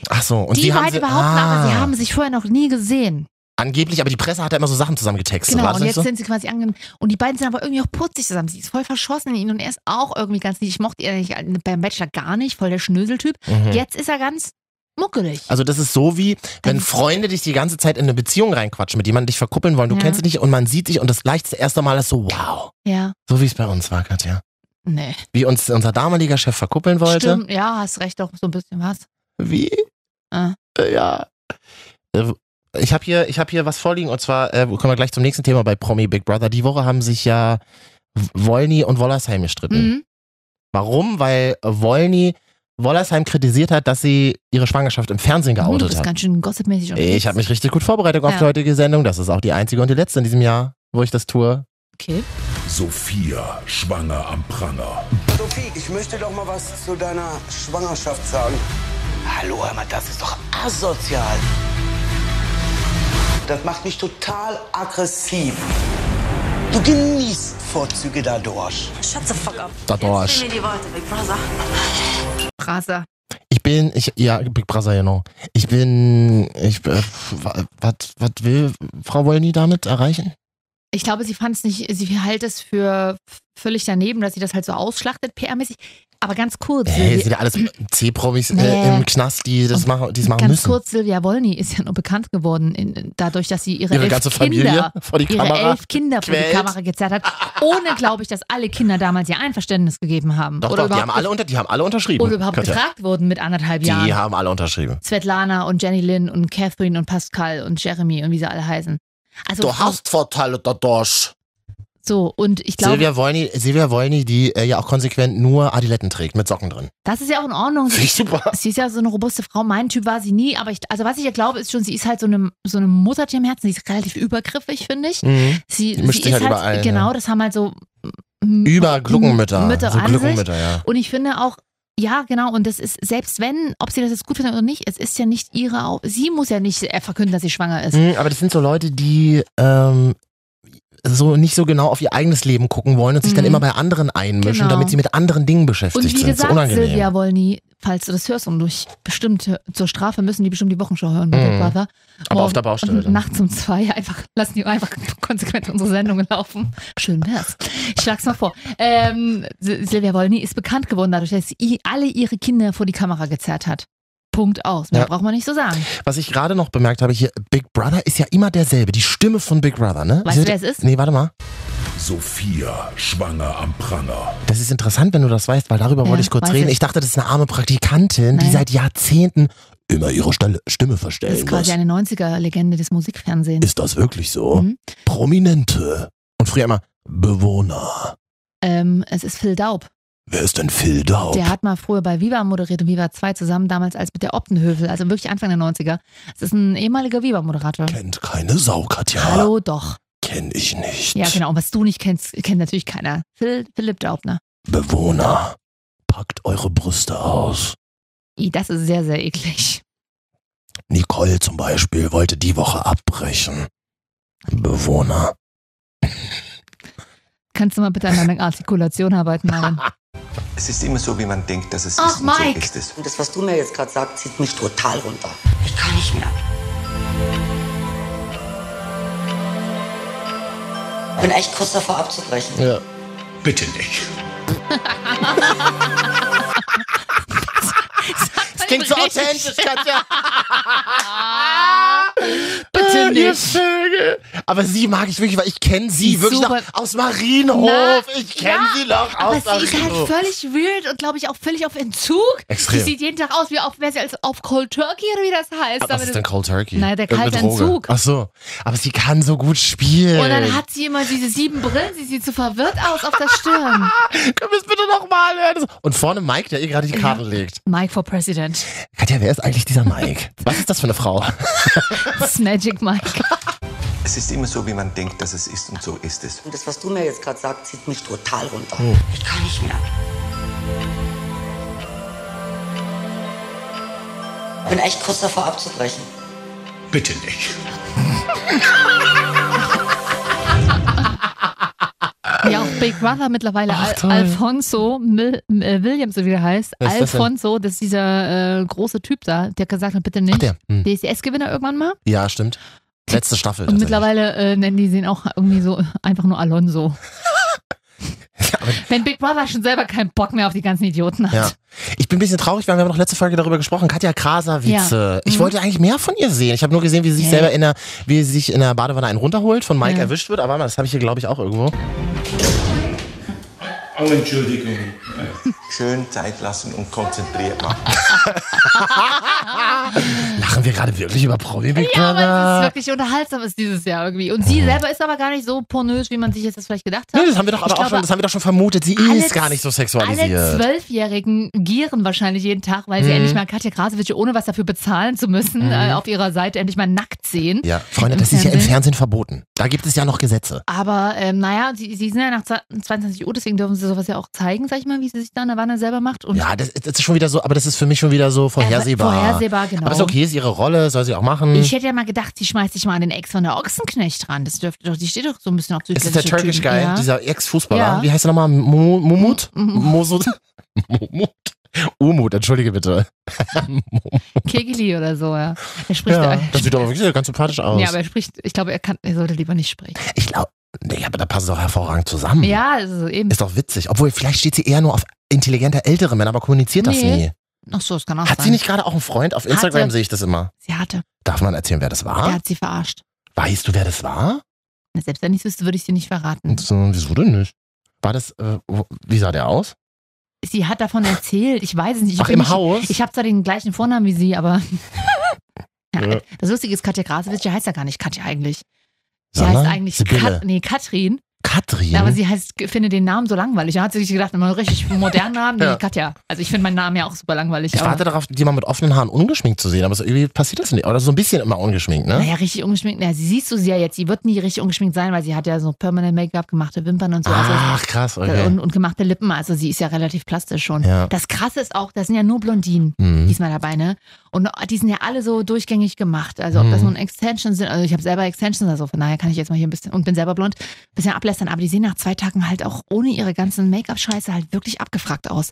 A: Ach so. Und
B: die
A: die haben
B: beide
A: sie,
B: behaupten aber, sie
A: Ah.
B: haben sich vorher noch nie gesehen.
A: Angeblich, aber die Presse hat da immer so Sachen zusammengetextet.
B: Genau,
A: war das
B: und
A: nicht
B: jetzt
A: so?
B: sind sie quasi angenommen. Und die beiden sind aber irgendwie auch putzig zusammen. Sie ist voll verschossen in ihn und er ist auch irgendwie ganz nicht. Ich mochte ihn eigentlich halt beim Bachelor gar nicht, voll der Schnöseltyp.
A: Mhm.
B: Jetzt ist er ganz muckelig.
A: Also das ist so wie, wenn
B: Ähm.
A: Freunde dich die ganze Zeit in eine Beziehung reinquatschen, mit jemandem dich verkuppeln wollen, du
B: Ja.
A: kennst dich nicht und man sieht dich und das leichteste erste Mal ist so, wow.
B: ja,
A: So wie es bei uns war, Katja.
B: nee.
A: Wie uns unser damaliger Chef verkuppeln wollte.
B: Stimmt, ja, hast recht, doch so ein bisschen was.
A: Wie?
B: Ah.
A: Äh, Ja. Äh, Ich habe hier, ich hab hier was vorliegen und zwar äh, kommen wir gleich zum nächsten Thema bei Promi Big Brother. Die Woche haben sich ja Wolny und Wollersheim gestritten.
B: Mhm.
A: Warum? Weil Wolny Wollersheim kritisiert hat, dass sie ihre Schwangerschaft im Fernsehen
B: Uh, du
A: geoutet
B: bist
A: hat.
B: ganz schön gossipmäßig unterwegs.
A: Ich habe mich richtig gut vorbereitet auf
B: Ja.
A: die heutige Sendung. Das ist auch die einzige und die letzte in diesem Jahr, wo ich das tue.
B: Okay.
F: Sophia, schwanger am Pranger.
H: Sophie, ich möchte doch mal was zu deiner Schwangerschaft sagen. Hallo, hör mal, das ist doch asozial. Das macht mich total aggressiv. Du genießt Vorzüge dadurch.
I: Shut the fuck up.
A: Dadurch.
I: Mir die Worte, Big Brother.
B: Krasser.
A: Ich bin, ich, ja, Big Brother, genau. Ich bin, ich, äh, was, was will Frau Wolny damit erreichen?
B: Ich glaube, sie fand es nicht, sie hält es für völlig daneben, dass sie das halt so ausschlachtet, PR-mäßig. Aber ganz kurz,
A: Hey,
B: Silvia-
A: sind ja alles C-Promis
B: Nee.
A: äh, im Knast, die das
B: Äh, Und
A: machen, die es machen
B: ganz
A: müssen.
B: kurz, Silvia Wolny ist ja nur bekannt geworden, in, dadurch, dass sie ihre,
A: Ihre
B: elf
A: ganze Familie
B: Kinder,
A: vor die
B: ihre
A: Kamera.
B: elf Kinder vor die
A: quält.
B: Kamera gezerrt hat, ohne, glaube ich, dass alle Kinder damals ihr Einverständnis gegeben haben.
A: Doch,
B: oder
A: doch, die haben
B: überhaupt,
A: alle, unter, die haben alle unterschrieben.
B: oder überhaupt
A: Katja.
B: gefragt wurden mit anderthalb
A: Die
B: Jahren.
A: haben alle unterschrieben.
B: Svetlana und Jenny Lynn und Catherine und Pascal und Jeremy und wie sie alle heißen. Also
A: Du hast Vorteile dadurch.
B: so, und ich glaube,
A: Silvia Wolny, Silvia Wolny, die äh, ja auch konsequent nur Adiletten trägt mit Socken
B: [LAUGHS]
A: drin.
B: das ist ja auch in Ordnung.
A: Finde ich super.
B: Sie ist ja so eine robuste Frau. Mein Typ war sie nie, aber ich, also was ich ja glaube, ist schon, sie ist halt so eine, so eine Muttertier im Herzen. Sie ist relativ übergriffig, finde ich.
A: Mhm.
B: Sie,
A: Die mischt
B: sie
A: sich
B: ist
A: halt überall,
B: genau,
A: ja.
B: das haben halt so m-
A: Über Gluckenmütter.
B: Mütter
A: so
B: an
A: Gluckenmütter, ja.
B: Und ich finde auch, ja, genau, und das ist, selbst wenn, ob sie das jetzt gut findet oder nicht, es ist ja nicht ihre, Au- sie muss ja nicht äh, verkünden, dass sie schwanger ist.
A: Mhm, aber das sind so Leute, die ähm, so nicht so genau auf ihr eigenes Leben gucken wollen und sich dann
B: Mhm.
A: immer bei anderen einmischen,
B: Genau.
A: damit sie mit anderen Dingen beschäftigt
B: Und wie
A: sind. so
B: gesagt,
A: unangenehm.
B: Silvia Wollny, falls du das hörst und durch bestimmt zur Strafe müssen die bestimmt die Wochenschau hören bei
A: Mhm.
B: Big Brother.
A: Aber auf der
B: Morgen-
A: Baustelle dann.
B: Nachts um zwei einfach, lassen die einfach [LAUGHS] konsequent unsere Sendungen laufen. Schön wär's. Ich schlag's mal vor. Ähm, Sil- Silvia Wollny ist bekannt geworden dadurch, dass sie alle ihre Kinder vor die Kamera gezerrt hat. Punkt aus. Mehr
A: Ja.
B: braucht man nicht so sagen.
A: Was ich gerade noch bemerkt habe hier, Big Brother ist ja immer derselbe. Die Stimme von Big Brother, ne?
B: Weißt du,
A: Sind-
B: wer es ist?
A: Nee, warte mal.
F: Sophia, schwanger am Pranger.
A: Das ist interessant, wenn du das weißt, weil darüber
B: Ja,
A: wollte ich kurz
B: weiß
A: reden. Ich.
B: ich.
A: dachte, das ist eine arme Praktikantin, die
B: Nein.
A: seit Jahrzehnten immer ihre Stelle, Stimme verstellen
B: Das ist quasi
A: muss.
B: eine 90er-Legende des Musikfernsehens.
A: Ist das wirklich so?
B: Mhm.
A: Prominente. Und früher immer Bewohner.
B: Ähm, es ist Phil Daub.
A: Wer ist denn Phil Daub?
B: Der hat mal früher bei Viva moderiert und Viva 2 zusammen, damals als mit der Optenhövel, also wirklich Anfang der 90er. Es ist ein ehemaliger Viva-Moderator.
A: Kennt keine Sau, Katja.
B: Hallo, doch.
A: Kenn ich nicht.
B: Ja, genau. Und was du nicht kennst, kennt natürlich keiner. Phil, Philipp ne? Daubner.
A: Bewohner. Packt eure Brüste aus.
B: I, das ist sehr, sehr eklig.
A: Nicole zum Beispiel wollte die Woche abbrechen. Bewohner.
B: Kannst du mal bitte an deiner Artikulation arbeiten, Marvin?
J: Es ist immer so, wie man denkt, dass es
B: Ach,
J: ist. und so
B: Mike.
J: ist es.
I: Und das, was du mir jetzt gerade sagst, zieht mich total runter. Ich kann nicht mehr. Ich bin echt kurz davor abzubrechen.
A: Ja.
F: Bitte nicht.
A: Das klingt so authentisch, Katja.
B: [LAUGHS] Bitte
A: Äh, Ihr
B: nicht.
A: Vögel. Aber sie mag ich wirklich, weil ich kenne sie
B: Die
A: wirklich
B: super-
A: noch aus Marienhof.
B: Na,
A: ich kenne sie noch [LAUGHS]
B: Aber
A: aus
B: sie ist halt
A: Marienhof.
B: völlig weird und glaube ich auch völlig auf Entzug.
A: Extrem.
B: Sie sieht jeden Tag aus, wie auf, wäre sie als auf Cold Turkey oder wie das heißt.
A: Aber was
B: Damit
A: ist denn Cold Turkey?
B: Nein, der
A: Irgendeine
B: kalte
A: Droge.
B: Entzug.
A: Ach so. Aber sie kann so gut spielen.
B: Und dann hat sie immer diese sieben Brillen, sie sieht so verwirrt aus auf der Stirn.
A: Können wir es bitte nochmal hören? Und vorne Mike, der ihr gerade die Karten legt.
B: [LAUGHS] Mike for President.
A: Katja, wer ist eigentlich dieser
B: [LAUGHS]
A: Mike? Was ist das für eine Frau?
B: Das ist Magic Mike.
J: Es ist immer so, wie man denkt, dass es ist und so ist es.
I: Und das, was du mir jetzt gerade sagst, zieht mich total runter. Ich kann nicht mehr. Ich bin echt kurz davor abzubrechen.
F: Bitte nicht.
B: Ja, auch Big Brother mittlerweile.
A: Ach,
B: Al
A: toll.
B: Alfonso Mil äh, Williams, so wie der heißt.
A: Wer ist das denn?
B: Alfonso, das ist dieser äh, große Typ da, der gesagt hat, bitte nicht.
A: Ach, der. Hm.
B: DSDS-Gewinner irgendwann mal.
A: Ja, stimmt. Letzte Staffel.
B: Und
A: tatsächlich.
B: mittlerweile äh, nennen die ihn auch irgendwie so äh, einfach nur Alonso.
A: [LAUGHS]
B: Wenn Big Brother schon selber keinen Bock mehr auf die ganzen Idioten hat.
A: Ja. Ich bin ein bisschen traurig, weil wir haben noch letzte Folge darüber gesprochen. Katja Krasavice. Ich
B: Mhm.
A: wollte eigentlich mehr von ihr sehen. Ich habe nur gesehen, wie sie sich
B: Hä?
A: selber in der, wie sie sich in der Badewanne einen runterholt, von Mike
B: Ja.
A: erwischt wird. Aber warte mal, das habe ich hier, glaube ich, auch irgendwo.
F: Oh, Entschuldigung.
J: Schön Zeit lassen und konzentriert machen.
A: Lachen wir gerade wirklich über Promi Big
B: [LAUGHS] Ja, Mhm. aber es
A: Brother?
B: ist wirklich unterhaltsam ist dieses Jahr irgendwie. Und sie selber ist aber gar nicht so pornös, wie man sich jetzt das vielleicht gedacht hat.
A: Nee, das haben wir doch
B: Ich
A: aber auch
B: glaube,
A: schon, das haben wir doch schon vermutet. Sie
B: alle
A: ist gar nicht so
B: Alle
A: sexualisiert.
B: Zwölfjährigen gieren wahrscheinlich jeden Tag, weil sie
A: Mhm.
B: endlich mal Katja Krasowitsch, ohne was dafür bezahlen zu müssen, äh, auf ihrer Seite endlich mal nackt sehen.
A: Ja, Freunde,
B: Im
A: das ist ja im
B: Fernsehen.
A: Fernsehen verboten. Da gibt es ja noch Gesetze.
B: Aber ähm, naja, sie, sie sind ja nach 22 Uhr, deswegen dürfen sie sowas ja auch zeigen, sag ich mal, wie sie sich da in der Wanne selber macht. Und
A: Ja, das, das ist schon wieder so, aber das ist für mich schon wieder so vorhersehbar.
B: Vorhersehbar, genau.
A: Aber ist okay, Mhm. ist ihre Rolle, soll sie auch machen.
B: Ich hätte ja mal gedacht, sie schmeißt sich mal an den Ex von der Ochsenknecht ran. Das dürfte doch, die steht doch so ein bisschen auf
A: Ist es der Turkish
B: südländische Typen.
A: Guy,
B: Ja.
A: dieser Ex-Fußballer?
B: Ja. Mhm.
A: Wie heißt er nochmal? Mo- Mumut?
B: M- M-
A: Mosut? [LAUGHS] Mumut? Umut, entschuldige bitte. [LAUGHS]
B: Kegeli oder so, ja. Er spricht
A: ja,
B: er,
A: das sieht aber wirklich ganz sympathisch aus.
B: ja, aber er spricht, ich glaube, er kann, er sollte lieber nicht sprechen.
A: ich glaube, nee, aber da passt es doch hervorragend zusammen.
B: Ja, also eben.
A: Ist doch witzig. Obwohl, vielleicht steht sie eher nur auf intelligenter ältere Männer, aber kommuniziert das
B: Nee,
A: nie.
B: Ach so, das kann auch
A: Hat
B: sein.
A: sie nicht gerade auch einen Freund? Auf Instagram
B: Hatte.
A: sehe ich das immer.
B: Sie hatte.
A: Darf man erzählen, wer das
B: Er
A: war?
B: hat sie verarscht.
A: Weißt du, wer das war?
B: Na, Selbst wenn ich es wüsste, würde ich sie nicht verraten.
A: Und so, wieso denn nicht? War das, äh, wo- wie sah der aus?
B: Sie hat davon erzählt. Ich weiß es nicht. Ich
A: Ach,
B: bin
A: im
B: nicht,
A: Haus?
B: Ich habe zwar den gleichen Vornamen wie sie, aber. [LAUGHS] ja,
A: Ja.
B: Das Lustige ist, Katja Grasewitsch, die heißt ja gar nicht Katja eigentlich. Sie
A: Sondern
B: heißt eigentlich
A: Sibylle.
B: Kat nee, Katrin,
A: Katrin?
B: aber sie heißt, finde den Namen so langweilig. Da hat sie sich gedacht, wenn man einen richtig modernen Namen, nee,
A: Ja.
B: Katja. Also ich finde meinen Namen ja auch super langweilig.
A: Ich
B: aber,
A: warte darauf, die mal mit offenen Haaren ungeschminkt zu sehen, aber so irgendwie passiert das nicht. Oder so ein bisschen immer ungeschminkt, ne?
B: Naja, richtig ungeschminkt. Na, sie siehst du sie ja jetzt. Sie wird nie richtig ungeschminkt sein, weil sie hat ja so permanent Make-up, gemachte Wimpern und so. Also,
A: Ach, krass, okay.
B: und, und gemachte Lippen. Also sie ist ja relativ plastisch schon.
A: Ja.
B: Das Krasse ist auch, das sind ja nur Blondinen
A: Mhm.
B: diesmal dabei, ne? Und die sind ja alle so durchgängig gemacht. Also ob das
A: Mhm.
B: nun Extensions sind, also ich habe selber Extensions, also von daher kann ich jetzt mal hier ein bisschen und bin selber blond, ein bisschen ablästern. Aber die sehen nach zwei Tagen halt auch ohne ihre ganzen Make-up-Scheiße halt wirklich abgefragt aus.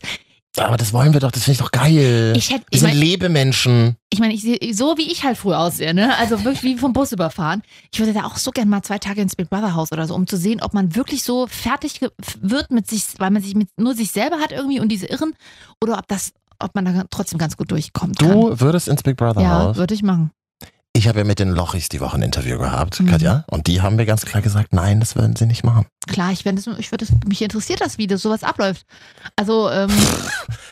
A: Aber das wollen wir doch, das finde ich doch geil.
B: Ich hätte,
A: wir
B: ich
A: sind
B: meine,
A: Lebemenschen.
B: ich mein, ich sehe so wie ich halt früher aussehe, ne? Also wirklich wie vom Bus überfahren. Ich würde da auch so gern mal zwei Tage ins Big Brother Haus oder so, um zu sehen, ob man wirklich so fertig ge- wird mit sich, weil man sich mit nur sich selber hat irgendwie und diese Irren, oder ob das, ob man da trotzdem ganz gut durchkommt. kann.
A: Du würdest ins Big Brother
B: ja,
A: Haus.
B: würde ich machen.
A: Ich habe ja mit den Lochis die Woche ein Interview gehabt,
B: Mhm.
A: Katja. Und die haben mir ganz klar gesagt, nein, das würden sie nicht machen.
B: Klar, ich, wenn das, ich würde, mich interessiert das, wie das sowas abläuft. Also, ähm,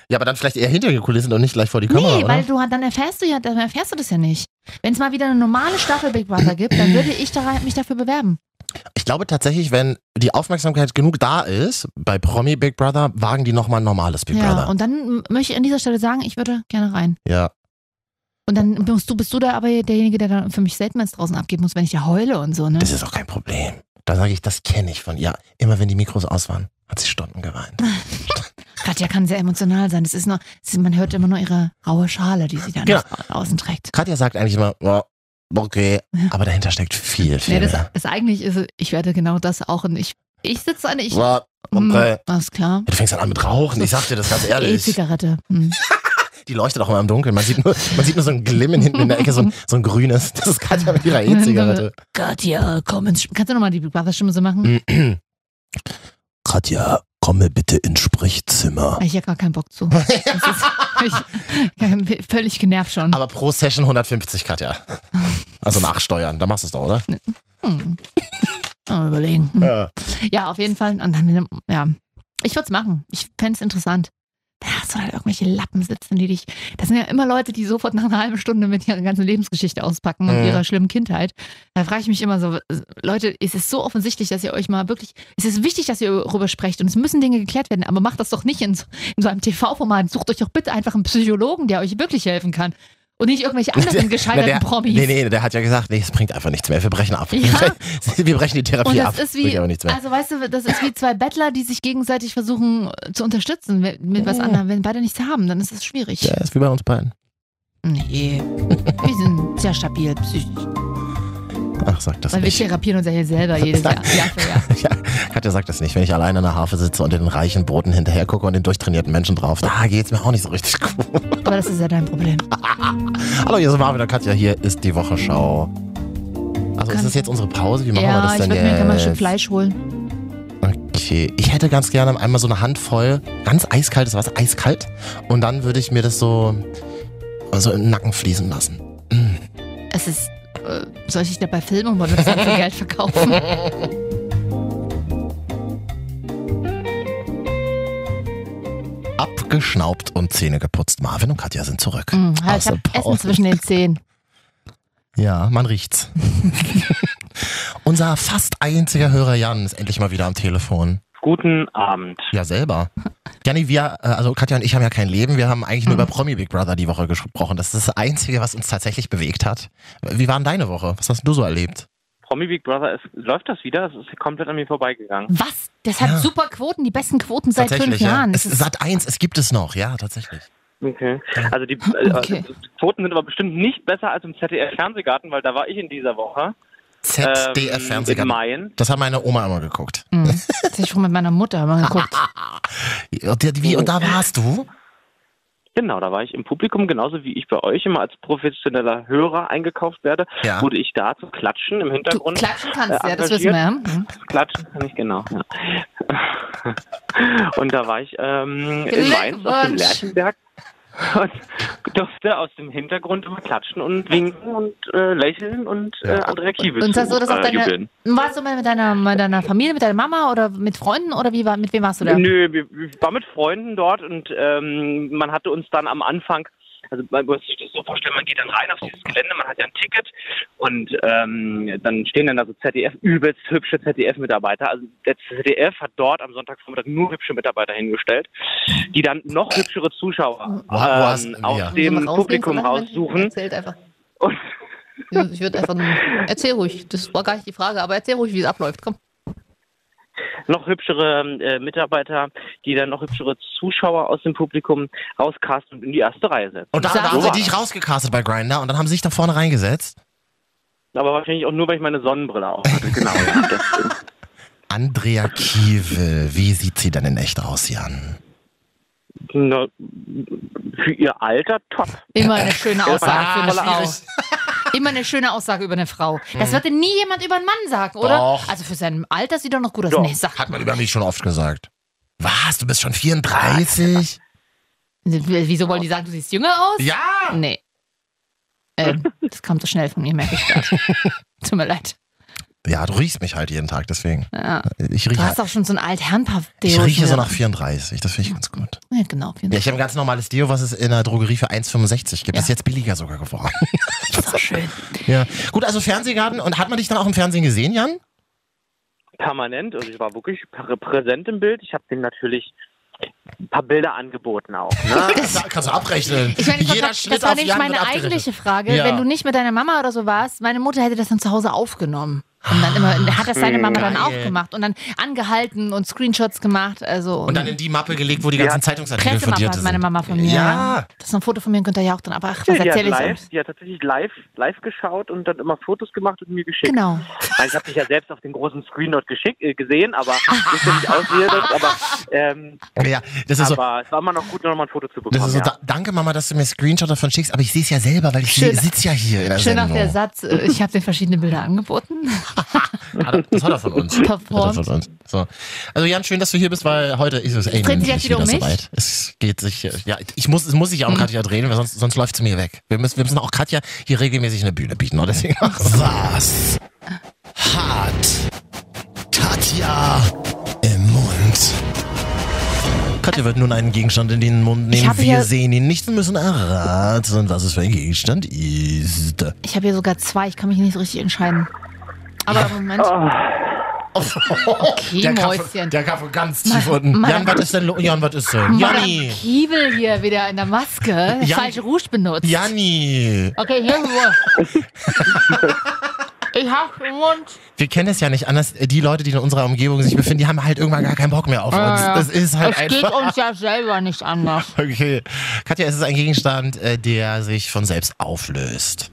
A: Ja, aber dann vielleicht eher hinter die Kulissen und nicht gleich vor die Kamera,
B: nee,
A: oder?
B: weil du dann erfährst du ja, dann erfährst du das ja nicht. Wenn es mal wieder eine normale Staffel Big Brother gibt, dann würde ich da, mich dafür bewerben.
A: ich glaube tatsächlich, wenn die Aufmerksamkeit genug da ist, bei Promi Big Brother, wagen die nochmal ein normales Big
B: ja,
A: Brother.
B: und dann m- möchte ich an dieser Stelle sagen, ich würde gerne rein.
A: Ja.
B: Und dann musst du, bist du da aber derjenige, der dann für mich Statements draußen abgeben muss, wenn ich ja heule und so, ne?
A: Das ist auch kein Problem. Da sage ich, das kenne ich von ihr. Immer wenn die Mikros aus waren, hat sie Stunden geweint.
B: Ah. Katja kann sehr emotional sein. Das ist nur, das ist, man hört immer nur ihre raue Schale, die sie dann
A: Genau.
B: nach außen trägt.
A: Katja sagt eigentlich immer, "Ja, okay,
B: Ja.
A: aber dahinter steckt viel, viel
B: Nee, das,
A: mehr.
B: das eigentlich ist, ich werde genau das auch und ich, ich sitze an, ich,
A: Ja,
B: Hm,
A: okay.
B: alles klar.
A: Du fängst dann an mit Rauchen, ich sag dir das
B: [LAUGHS]
A: ganz ehrlich.
B: E-Zigarette. Hm.
A: Die leuchtet auch immer im Dunkeln. Man sieht nur, man sieht nur so ein Glimmen hinten in der Ecke, so ein, so ein grünes. Das ist Katja mit
B: [LAUGHS]
A: ihrer E-Zigarette.
B: Katja, komm ins Sch- Kannst du nochmal die Big Brother Stimme so machen?
A: Hm. [CLEARS THROAT] Katja, komme bitte ins Sprechzimmer.
B: Ich habe gar keinen Bock zu.
A: [LAUGHS]
B: Das ist, ich, ich, völlig [LAUGHS] genervt schon.
A: Aber pro Session 150, Katja. Also nachsteuern, da machst du es doch, oder?
B: Hm. Mal überlegen. Hm.
A: Ja.
B: Ja, auf jeden Fall. Und dann, ja. Ich würde es machen. Ich fänd's interessant. Da hast du halt irgendwelche Lappen sitzen, die dich. Das sind ja immer Leute, die sofort nach einer halben Stunde mit ihrer ganzen Lebensgeschichte auspacken und
A: Mhm.
B: ihrer schlimmen Kindheit. Da frage ich mich immer so, Leute, es ist so offensichtlich, dass ihr euch mal wirklich. Es ist wichtig, dass ihr darüber sprecht und es müssen Dinge geklärt werden, aber macht das doch nicht in so, in so einem TV-Format. Sucht euch doch bitte einfach einen Psychologen, der euch wirklich helfen kann. Und
A: [LAUGHS]
B: nicht irgendwelche anderen
A: Na,
B: gescheiterten
A: der,
B: Promis.
A: Nee, nee, der hat ja gesagt, nee, es bringt einfach nichts mehr. Wir brechen ab.
B: Ja.
A: Wir, brechen, [LAUGHS] wir brechen die
B: Und
A: Therapie
B: das
A: ab.
B: ist
A: bringt
B: wie,
A: aber nichts mehr.
B: also weißt du, das ist wie zwei Bettler, die sich gegenseitig versuchen äh, zu unterstützen mit, mit was anderem. Wenn beide nichts haben, dann ist das schwierig.
A: ja, ist wie bei uns beiden.
B: Nee. Wir sind sehr stabil psychisch.
A: Ach, sag das
B: Weil wir
A: nicht.
B: therapieren uns ja hier selber jedes Jahr. Jahr für Jahr.
A: [LAUGHS] Ja, Katja sagt das nicht. Wenn ich allein an der Harfe sitze und den reichen Broten hinterher gucke und den durchtrainierten Menschen drauf, da geht's mir auch nicht so richtig
B: [LAUGHS]
A: gut.
B: Aber das ist ja dein Problem.
A: Hallo, hier ist Marvin und Katja. Hier ist die Wochenschau. Also ist das jetzt unsere Pause? Wie machen wir
B: ja,
A: das
B: ich
A: denn
B: würde mir gerne mal
A: jetzt?
B: schon Fleisch holen.
A: Okay, ich hätte ganz gerne einmal so eine Handvoll ganz eiskaltes Wasser, eiskalt. Und dann würde ich mir das so, so im Nacken fließen lassen.
B: Es ist. Äh, soll ich dich dabei filmen und wollen wir das dann für Geld verkaufen?
A: [LAUGHS] Abgeschnaubt und Zähne geputzt. Marvin und Katja sind zurück.
B: Hm, halt,
A: Aus
B: ich hab
A: der Pause.
B: Essen zwischen den Zähnen.
A: Ja, man
B: [LAUGHS]
A: riecht's. Unser fast einziger Hörer Jan ist endlich mal wieder am Telefon.
C: Guten Abend.
A: Ja, selber. Janni, wir, äh, also Katja und ich haben ja kein Leben. Wir haben eigentlich nur
B: Hm.
A: über Promi Big Brother die Woche gesprochen. Das ist das Einzige, was uns tatsächlich bewegt hat. Wie war denn deine Woche? Was hast denn du so erlebt?
K: Promi Big Brother, ist, läuft das wieder? Es ist komplett an mir vorbeigegangen.
B: Was? Das hat
A: Ja.
B: super Quoten, die besten Quoten seit fünf
A: ja.
B: Jahren.
A: Es,
B: Das ist-
A: Sat 1, es gibt es noch, ja, tatsächlich.
K: Ähm, Okay. Also die, äh,
B: Okay.
K: die Quoten sind aber bestimmt nicht besser als im ZDF Fernsehgarten, weil da war ich in dieser Woche.
A: ZDF
K: Ähm,
A: Fernsehgarten.
K: In Mayen.
A: Das hat meine Oma immer geguckt.
B: Hm. Das hab ich schon mit meiner Mutter mal geguckt.
A: Und, die- wie, und da warst du?
K: Genau, da war ich im Publikum, genauso wie ich bei euch immer als professioneller Hörer eingekauft werde,
A: Ja.
K: wurde ich da zu klatschen im
B: Du
K: Hintergrund.
B: klatschen kannst,
K: äh,
B: ja, das
K: engagiert.
B: wissen wir. ja. Hm.
K: Klatschen kann ich genau. Ja. [LAUGHS] Und da war ich ähm, in Mainz auf dem
B: Glückwunsch.
K: Lerchenberg und durfte aus dem Hintergrund immer klatschen und winken und äh, lächeln und äh, Andrea Kiewitz
B: Und hast du das
K: zu, äh,
B: auf deine-
K: jubeln.
B: Warst du mal mit deiner, mit deiner Familie, mit deiner Mama oder mit Freunden oder wie war, mit wem warst du da?
K: Nö, wir, wir waren mit Freunden dort und ähm, man hatte uns dann am Anfang, also man muss sich das so vorstellen, man geht dann rein auf dieses Gelände, man hat ja ein Ticket und ähm, dann stehen dann da so ZDF, übelst hübsche ZDF-Mitarbeiter. Also der ZDF hat dort am Sonntagvormittag nur hübsche Mitarbeiter hingestellt, die dann noch hübschere Zuschauer
A: Wo- wo hast-
K: ähm,
A: ja.
K: aus
B: Wenn
K: dem
B: man rausgeht,
K: Publikum
B: so lange,
K: raussuchen.
B: Erzählt einfach.
K: Und- [LAUGHS]
B: Ja, Ich würde einfach nur, erzähl ruhig, das war gar nicht die Frage, aber erzähl ruhig, wie es abläuft, komm.
K: noch hübschere äh, Mitarbeiter, die dann noch hübschere Zuschauer aus dem Publikum rauscasten und in die erste Reihe setzen.
A: Und da,
B: Sag
A: da haben
B: mal.
A: sie dich rausgecastet bei Grinder und dann haben sie dich da vorne reingesetzt.
K: Aber wahrscheinlich auch nur, weil ich meine Sonnenbrille auf hatte. Genau. ja. Das-
A: Andrea Kiewe, wie sieht sie denn in echt aus, Jan?
K: na, für ihr Alter top.
B: Immer eine schöne Aussage für eine
K: Ah, schwierig.
B: Frau. [LAUGHS] Immer eine schöne Aussage über eine Frau. Das wird nie jemand über einen Mann sagen, oder?
A: Doch.
B: Also für sein Alter sieht doch noch gut aus.
K: Doch.
B: Nee, sag
A: Hat man über mich schon oft gesagt. Was, du bist schon 34?
B: Wieso wollen die sagen, du siehst jünger aus?
A: Ja!
B: Nee. Ähm, das kam so schnell von mir, merke ich gerade. Tut mir leid.
A: Ja, du riechst mich halt jeden Tag, deswegen.
B: Ja.
A: Ich
B: Du
A: rieche,
B: hast auch schon so ein Altherrenparfum.
A: ich rieche so nach 34, das finde ich ganz gut.
B: Ja, genau.
A: Ja, ich habe ein ganz normales Deo, was es in der Drogerie für 1,65 gibt. Das ist jetzt billiger sogar
B: [LAUGHS]
A: geworden.
B: so schön.
A: ja. Gut, also Fernsehgarten. Und hat man dich dann auch im Fernsehen gesehen, Jan?
K: Permanent. Also ich war wirklich prä- präsent im Bild. Ich habe denen natürlich ein paar Bilder angeboten auch. Ne?
A: [LAUGHS] das kannst du abrechnen.
B: Ich meine,
A: Jeder
B: ich wollte grad-
A: Schritt
B: das war
A: auf
B: nämlich
A: Jan
B: meine
A: wird abgerechnet.
B: eigentliche Frage.
A: Ja.
B: Wenn du nicht mit deiner Mama oder so warst, meine Mutter hätte das dann zu Hause aufgenommen. Und dann immer, hat das seine Mama dann
A: Ah, Geil.
B: auch gemacht und dann angehalten und Screenshots gemacht. Also
A: Und dann in die Mappe gelegt, wo die ganzen Zeitungsartikel
B: Pressemappe
A: fundiert
B: hat
A: sind.
B: meine Mama von mir.
A: Ja.
B: Das ist noch ein Foto von mir und Günther Jauch drin. Aber ach, was
K: Die hat,
B: erzähle ich
K: live,
B: sonst?
K: die hat tatsächlich live, live geschaut und dann immer Fotos gemacht und mir geschickt.
B: Genau.
K: Nein, ich habe dich ja selbst auf den großen Screen dort geschickt, äh, gesehen, aber
B: Ah.
K: nicht, dass ich aussehe, das, aber, ähm,
A: Ja, das ist so.
K: aber es war immer noch gut, nochmal ein Foto zu bekommen.
A: Also Das ist so,
K: ja.
A: da, danke Mama, dass du mir Screenshot davon schickst, aber ich sehe es ja selber, weil ich
B: Schön-
A: sitze ja hier in der
B: Schön auch
A: Sendung.
B: der Satz, äh, ich habe dir verschiedene
A: [LAUGHS]
B: Bilder angeboten.
A: Hat er, Ah, das hat er von uns.
B: [LAUGHS]
A: Das hat er
B: Performt.
A: von uns. So. Also Jan, schön, dass du hier bist, weil heute ist es endlich
B: dreht sich jetzt wieder um mich? Hm.
A: soweit. Es geht sich, äh, ja, ich muss, es muss ich auch um Katja drehen, weil sonst, sonst läuft sie mir weg. Wir müssen, wir müssen auch Katja hier regelmäßig eine Bühne bieten, oder? Deswegen Was hat Katja im Mund? Katja wird nun einen Gegenstand in den Mund
B: Ich
A: nehmen.
B: habe
A: Wir
B: ja-
A: sehen ihn nicht. Wir müssen erraten, was es für ein Gegenstand ist.
B: Ich habe hier sogar zwei, ich kann mich nicht so richtig entscheiden. Aber Moment.
A: Oh.
B: Okay,
A: der, kam
B: Mäuschen.
A: von, der kam von ganz
B: Mann,
A: tief unten.
B: Mann.
A: Jan, was ist denn? lo- Jan, was ist denn?
B: Madame
A: Janni!
B: Kiebel hier wieder in der Maske.
A: Jan-
B: Falsche Rouge benutzt.
A: Janni!
B: Okay, hier Ruhe.
A: [LAUGHS]
B: ich hab's im Mund.
A: Wir kennen es ja nicht anders. Die Leute, die in unserer Umgebung sich befinden, die haben halt irgendwann gar keinen Bock mehr auf uns.
B: Ah, Ja, ja.
A: Das ist halt
B: es geht um-
A: einfach.
B: uns ja selber nicht anders.
A: Okay. Katja, es ist ein Gegenstand, äh, der sich von selbst auflöst.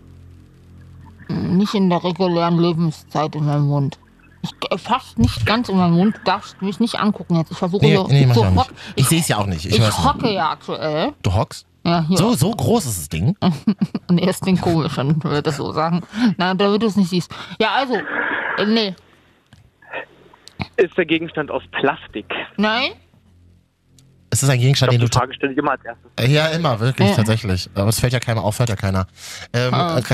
B: Nicht in der regulären Lebenszeit in meinem Mund. Ich äh, fast nicht ganz in meinem Mund. Du darfst mich nicht angucken jetzt. Ich versuche
A: Nee,
B: so,
A: nee, mach ich
B: so
A: auch nicht.
B: hock-
A: Ich sehe es ja auch nicht. Ich,
B: Ich,
A: weiß nicht.
B: hocke ja aktuell.
A: Du hockst?
B: Ja, hier.
A: So, so groß ist das Ding.
B: Und er ist den komischen, [LAUGHS] würde ich das so sagen. Na, damit du es nicht siehst. Ja, also. äh, Nee.
K: Ist der Gegenstand aus Plastik?
B: Nein?
A: Es ist ein Gegenstand, den
K: Die
A: du.
K: Frage stelle ich immer als erstes.
A: Äh, Ja, immer, wirklich,
B: Ja.
A: tatsächlich. Aber es fällt ja keiner auf, hört ja keiner. Ähm,
B: Ah.
A: äh, [LAUGHS]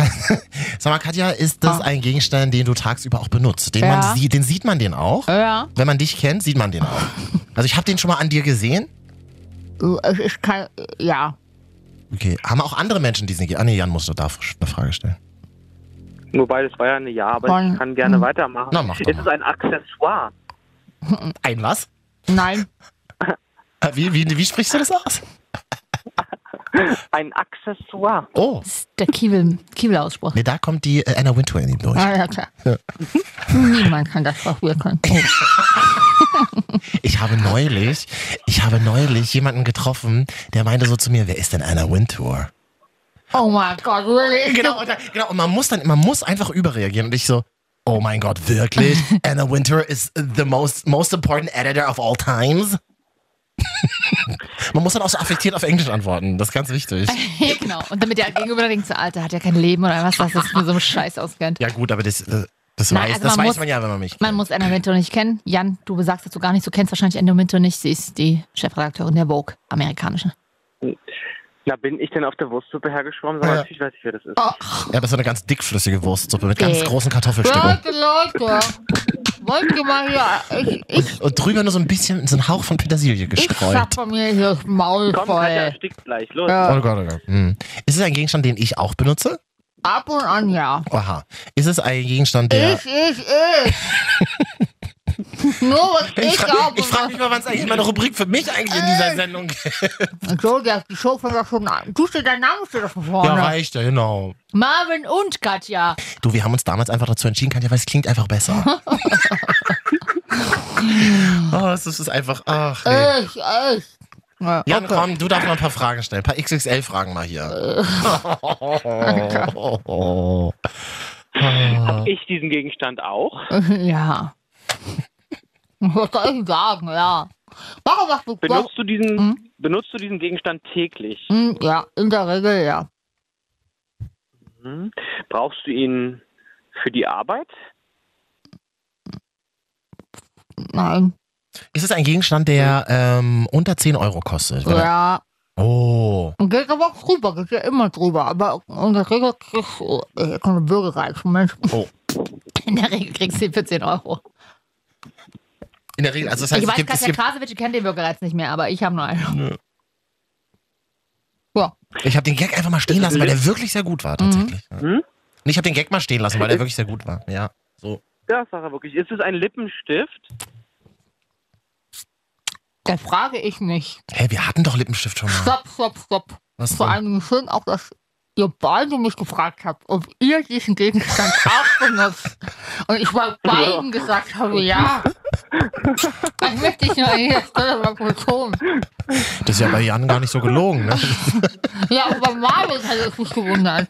A: Sag mal, Katja, ist das
B: Ah.
A: ein Gegenstand, den du tagsüber auch benutzt? Den,
B: Ja. Äh.
A: man sieht, den sieht man den auch?
B: Ja.
A: Wenn man dich kennt, sieht man den
B: [LAUGHS]
A: auch. Also ich habe den schon mal an dir gesehen.
B: Es ist kein. äh, Ja.
A: Okay, haben auch andere Menschen diesen Ge Ah nee, Jan musst du da frisch eine Frage stellen.
K: Nur beides war ja eine Ja, aber
B: Voll.
K: ich kann gerne weitermachen.
A: Na, mach doch
K: ist es ein Accessoire?
A: Ein was?
B: Nein.
A: Äh, Wie, wie, wie sprichst du das aus?
K: Ein Accessoire.
A: Oh,
B: Das ist der Kiebel, Kiebel-Ausspruch.
A: nee, da kommt die äh, Anna Wintour in ihm durch.
B: Ah, ja, klar. Niemand kann das, was wir können. Oh.
A: Ich habe neulich, ich habe neulich jemanden getroffen, der meinte so zu mir, wer ist denn Anna Wintour?
B: Oh mein Gott, really?
A: [LAUGHS] Genau, und, da, genau, und man muss dann, man muss einfach überreagieren. Und ich so, oh mein Gott,
B: [LAUGHS]
A: wirklich? Anna Winter is the most, most important editor of all times? [LAUGHS] man muss dann auch so affektiert auf Englisch antworten. Das ist ganz
B: [LAUGHS]
A: wichtig.
B: [LAUGHS] genau. Und damit der Gegenüber denkt, so, Alter, hat ja kein Leben oder was, was ist mit so einem Scheiß auskennt.
A: Ja, gut, aber das, äh, das,
B: Nein,
A: weiß,
B: also
A: das
B: man
A: weiß
B: muss-
A: man ja, wenn man mich.
B: Man muss Anna Wintour nicht kennen. Jan, du sagst dazu gar nichts. Du kennst wahrscheinlich Anna Wintour nicht. Sie ist die Chefredakteurin der Vogue, amerikanische.
K: Na, bin ich denn auf der Wurstsuppe hergeschwommen? Sag mal,
A: Ja.
K: natürlich weiß ich, wer das ist.
A: Ja, das ist so eine ganz dickflüssige Wurstsuppe mit ganz
B: Äh.
A: großen Kartoffelstücken.
B: Leute, wollt ihr mal hier? Ich, ich,
A: Und drüber nur so ein bisschen, so ein Hauch von Petersilie gestreut.
B: von mir hier das Maul
K: Komm, Katja, erstickt gleich. Los.
A: Oh Gott, oh Gott. Hm. Ist es ein Gegenstand, den ich auch benutze?
B: Ab und an, ja.
A: Aha. Ist es ein Gegenstand, der. [LAUGHS]
B: ich, ich. Nur was
A: Ich, frage frag mich mal, wann es eigentlich mal eine Rubrik für mich eigentlich in
B: Äh.
A: dieser Sendung gibt.
B: So, der, die Show fängt doch schon an. Du steht dein Name steht doch schon vorne.
A: reicht ja, genau.
B: Marvin und Katja.
A: Du, wir haben uns damals einfach dazu entschieden, Katja, weil es klingt einfach
B: [LAUGHS]
A: besser. oh, es ist einfach, ach nee.
B: Ich, ich. Ja,
A: Jan, komm, du darfst mal ein paar Fragen stellen. Ein paar XXL-Fragen mal hier.
K: Hab ich diesen Gegenstand auch?
B: Äh, ja. Was soll ich sagen, ja. Warum machst du
K: Benutzt du diesen, benutzt du diesen Gegenstand täglich?
B: Hm, Ja, in der Regel, ja.
K: Mhm. Brauchst du ihn für die Arbeit?
B: Nein. Äh.
A: Ist es ein Gegenstand, der ähm, unter 10 Euro kostet? Weil er-
B: Ja.
A: Oh.
L: Und geht aber auch drüber, geht ja immer drüber. Aber in der Regel kriegst du äh, keine Bürger rein, Mensch.
A: Oh.
B: In der Regel kriegst du den für 10 Euro.
A: In der Regel, also das heißt,
B: ich
A: es
B: weiß,
A: gibt, es
B: Katja
A: gibt,
B: Krasowitsch kennt den Bürgerreiz nicht mehr, aber ich habe nur einen.
A: Nö.
B: Ja.
A: Ich habe den Gag einfach mal stehen lassen, weil der wirklich sehr gut war
B: Mhm.
A: tatsächlich.
K: Hm?
A: Und Ich habe den Gag mal stehen lassen, weil der wirklich sehr gut war. Ja, so.
K: Ja, sag er wirklich. Ist es ein Lippenstift?
L: Das frage ich mich.
A: Hey, wir hatten doch Lippenstift schon mal.
L: Stopp, stopp, stopp.
A: Was
L: Vor
A: denn?
L: allem schön auch, dass ihr beide mich gefragt habt, ob ihr diesen Gegenstand [LAUGHS] auch benutzt. Und ich bei beiden gesagt habe, ja. Das möchte ich nur an dieser Stelle mal betonen.
A: Das ist ja bei Jan gar nicht so gelogen, ne?
L: Ja, aber bei Marius hat es mich gewundert.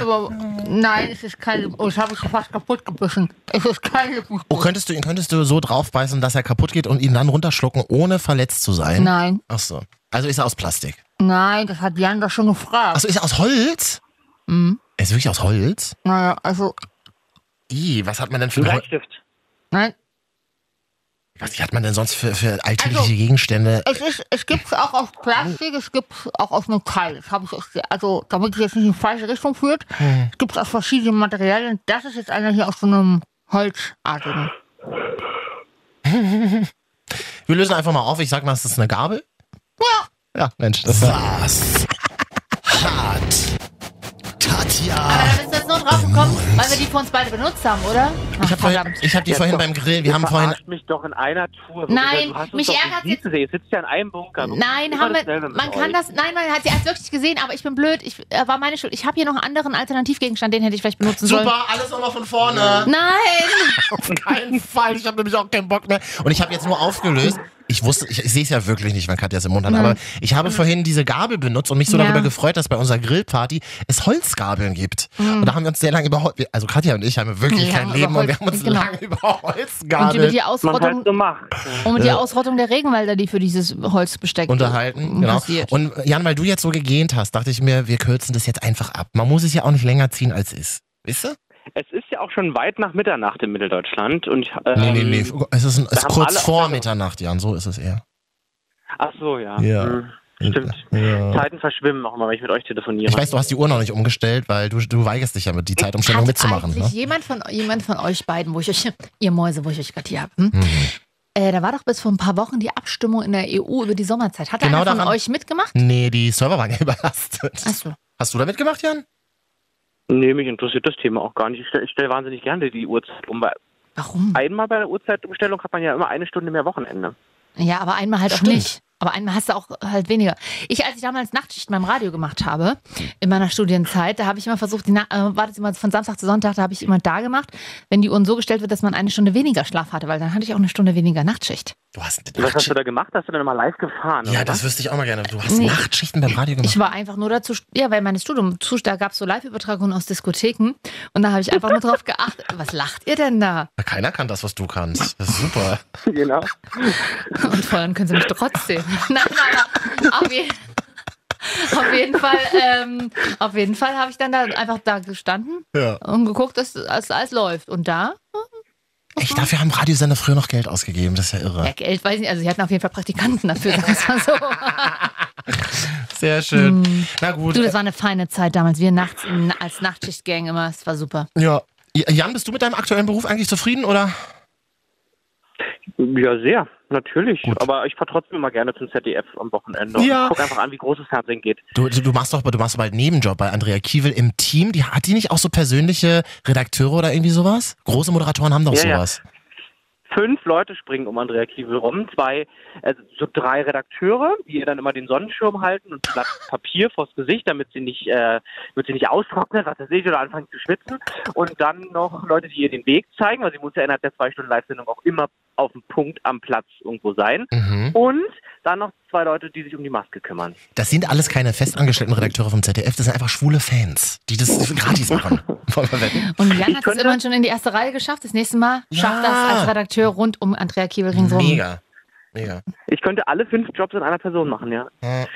L: Aber nein, es ist kein Lippen- Oh, das habe ich fast kaputt gebissen. Es ist kein Lippenstift.
A: Oh, könntest du ihn könntest du so draufbeißen, dass er kaputt geht und ihn dann runterschlucken, ohne verletzt zu sein?
L: Nein.
A: Ach so. Also ist er aus Plastik.
L: Nein, das hat Jan doch schon gefragt.
A: Also ist er aus Holz?
L: Mhm.
A: Er ist wirklich aus Holz?
L: Naja, also,
A: I, was hat man denn für ein Hol-
L: nein.
A: Was hat man denn sonst für, für alltägliche Gegenstände?
L: Es, ist, es gibt es auch aus Plastik, es gibt es auch aus Metall. Das habe ich jetzt, also, damit es jetzt nicht in die falsche Richtung führt,
A: Hm.
L: es gibt es aus verschiedenen Materialien. Das ist jetzt einer hier aus so einem Holzartigen.
A: Wir lösen einfach mal auf. Ich sag mal, es ist eine Gabel. Ja. Ja, Mensch. Das Was? Hart.
B: Aber
A: Tatja.
B: da bist du jetzt nur drauf gekommen, weil wir die für uns beide benutzt haben, oder?
A: Ich habe vorhin, ich hab die
K: Jetzt
A: vorhin
K: doch.
A: beim Grillen, wir
K: Ihr
A: haben vorhin...
K: verarscht mich doch in einer Tour. Also
B: Nein,
K: du hast uns
B: mich
K: doch
B: ärgert's
K: nicht gesehen. Ihr sitzt ja in einem Bunker.
B: Nein,
K: Immer
B: haben wir,
K: dasselbe mit
B: man
K: euch.
B: kann das, nein, man hat sie erst wirklich gesehen, aber ich bin blöd, ich, äh, war meine Schuld. Ich habe hier noch einen anderen Alternativgegenstand, den hätte ich vielleicht benutzen sollen.
A: Super, alles nochmal von vorne.
B: Nein!
A: Auf keinen Fall. Ich habe nämlich auch keinen Bock mehr. Und ich habe jetzt nur aufgelöst. Ich wusste, ich, ich sehe es ja wirklich nicht, wenn Katja es im Mund hat,
B: Nein.
A: aber ich habe vorhin diese Gabel benutzt und mich so
B: Mhm. Ja.
A: darüber gefreut, dass bei unserer Grillparty es Holzgabeln gibt.
B: Mhm.
A: Und da haben wir uns sehr lange über Holz, also Katja und ich haben wirklich
B: Ja,
A: kein
B: über
A: Leben und wir
B: Holz-
A: haben uns
B: genau.
A: lange über
B: Und über
A: Holzgabeln
B: die Ausrottung, und mit
A: Äh.
B: der Ausrottung der Regenwälder, die für dieses Holz besteckt
A: unterhalten. Genau.
B: Mhm. passiert.
A: Und Jan, weil du jetzt so gegähnt hast, dachte ich mir, wir kürzen das jetzt einfach ab. Man muss es ja auch nicht länger ziehen, als ist. Wisst ihr?
K: Es ist ja auch schon weit nach Mitternacht in Mitteldeutschland. Und, ich, ähm,
A: Nee, nee, nee. Es ist, ein,
K: da
A: es ist
K: haben
A: kurz
K: alle-
A: vor Mitternacht, Jan. So ist es eher.
K: Ach so, ja.
A: Ja.
K: Hm. Stimmt.
A: Ja.
K: Zeiten verschwimmen auch mal, wenn ich mit euch telefoniere.
A: Ich weiß, du hast die Uhr noch nicht umgestellt, weil du, du weigerst dich ja mit die Zeitumstellung
B: Hat
A: mitzumachen.
B: eigentlich
A: Ne?
B: jemand, von, jemand von euch beiden, wo ich euch, [LAUGHS] ihr Mäuse, wo ich euch gerade hier habe, hm?
A: Mhm.
B: äh, da war doch bis vor ein paar Wochen die Abstimmung in der EU über die Sommerzeit. Hat da
A: Genau
B: einer von
A: daran-
B: euch mitgemacht?
A: Nee, die Server waren [LAUGHS] ja überlastet.
B: Achso.
A: Hast du da mitgemacht, Jan?
K: Nee, mich interessiert das Thema auch gar nicht. Ich stelle stell wahnsinnig gerne die Uhrzeit um. Weil
B: Warum?
K: Einmal bei der Uhrzeitumstellung hat man ja immer eine Stunde mehr Wochenende.
B: Ja, aber einmal halt
A: Stimmt.
B: auch nicht. Aber einmal hast du auch halt weniger. Ich, als ich damals Nachtschicht beim Radio gemacht habe, in meiner Studienzeit, da habe ich immer versucht, die Na äh, war das immer von Samstag zu Sonntag, da habe ich immer da gemacht, wenn die Uhren so gestellt wird, dass man eine Stunde weniger Schlaf hatte, weil dann hatte ich auch eine Stunde weniger Nachtschicht.
A: Du hast eine
K: Was hast du
A: Nachtschicht.
K: da gemacht? Hast du dann immer live gefahren?
A: Ja,
K: oder
A: das
K: was?
A: wüsste ich auch mal gerne. Du hast
B: Nee.
A: Nachtschichten beim Radio
B: Ich
A: gemacht.
B: war einfach nur dazu, ja, weil meines Studiums, zu- da gab es so Live-Übertragungen aus Diskotheken und da habe ich einfach nur drauf geachtet. Was lacht ihr denn da?
A: Na, Keiner kann das, was du kannst. Das ist
B: [LAUGHS]
A: super.
K: [LAUGHS] genau.
B: Und feuern können sie mich trotzdem. Nein, nein, nein. Auf, je auf jeden Fall, ähm, auf jeden Fall habe ich dann da einfach da gestanden
A: Ja.
B: und geguckt, dass, dass alles läuft. Und da,
A: Echt, dafür haben Radiosender früher noch Geld ausgegeben. Das ist ja
B: ja,
A: irre.
B: Geld, weiß ich nicht, also sie hatten auf jeden Fall Praktikanten dafür, sagen wir es mal so.
A: Sehr schön. Na gut.
B: Hm. Du, das war eine feine Zeit damals. Wir nachts in, als Nachtschichtgang immer, es war super.
A: ja. Jan, bist du mit deinem aktuellen Beruf eigentlich zufrieden oder?
K: Ja, sehr, natürlich. Aber ich fahre trotzdem immer gerne zum ZDF am Wochenende.
A: Ja.
K: Und guck einfach an, wie groß das Fernsehen geht.
A: Du, du, du machst doch du machst bald einen Nebenjob bei Andrea Kiewel im Team. Die, hat die nicht auch so persönliche Redakteure oder irgendwie sowas? Große Moderatoren haben doch
K: Ja, ja.
A: sowas.
K: Fünf Leute springen um Andrea Kiewel rum, zwei, also so drei Redakteure, die ihr dann immer den Sonnenschirm halten und ein Blatt Papier vors Gesicht, damit sie nicht, äh, damit sie nicht austrocknet, was weiß ich, oder anfangen zu schwitzen. Und dann noch Leute, die ihr den Weg zeigen, weil sie muss ja innerhalb der zwei Stunden Live-Sendung auch immer auf dem Punkt am Platz irgendwo sein.
A: Mhm.
K: Und dann noch zwei Leute, die sich um die Maske kümmern.
A: Das sind alles keine festangestellten Redakteure vom ZDF, das sind einfach schwule Fans, die
B: [LAUGHS]
A: das gratis machen. Wollen wir wetten?
B: Und Jan hat es
K: könnte-
B: immerhin schon in die erste Reihe geschafft. Das nächste Mal
A: Ja.
B: schafft das als Redakteur rund um Andrea Kiebel ringsrum.
A: Mega. Mega.
K: Ich könnte alle fünf Jobs in einer Person machen, ja.
A: Ja.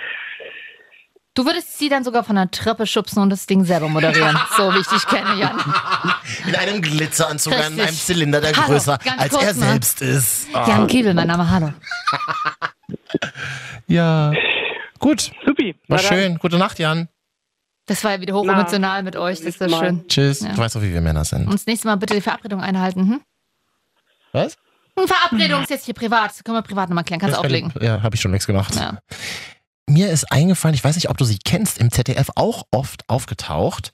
B: Du würdest sie dann sogar von der Treppe schubsen und das Ding
A: [LAUGHS]
B: selber moderieren. So wie ich dich kenne, Jan.
A: In einem Glitzeranzug, in
B: Richtig.
A: einem Zylinder, der
B: Hallo,
A: größer
B: ganz
A: als
B: kurz ne?
A: er
B: mal.
A: selbst ist. Ah.
B: Jan Kiebel, mein Name, hallo.
A: Ja. Gut.
K: Supi.
A: War
B: Na dann.
A: schön. Gute Nacht, Jan.
B: Das war ja wieder hochemotional mit euch. Das ist doch schön.
A: Tschüss.
B: Ja.
A: Du weißt doch, wie wir Männer sind.
B: Und das nächste Mal bitte die Verabredung einhalten. Hm?
A: Was?
B: Eine Verabredung ist jetzt hier privat. Das können wir privat nochmal klären. Kannst
A: Hm. Das kann-
B: auflegen.
A: Ja, habe ich schon längst gemacht. Mir ist eingefallen, ich weiß nicht, ob du sie kennst, im ZDF auch oft aufgetaucht.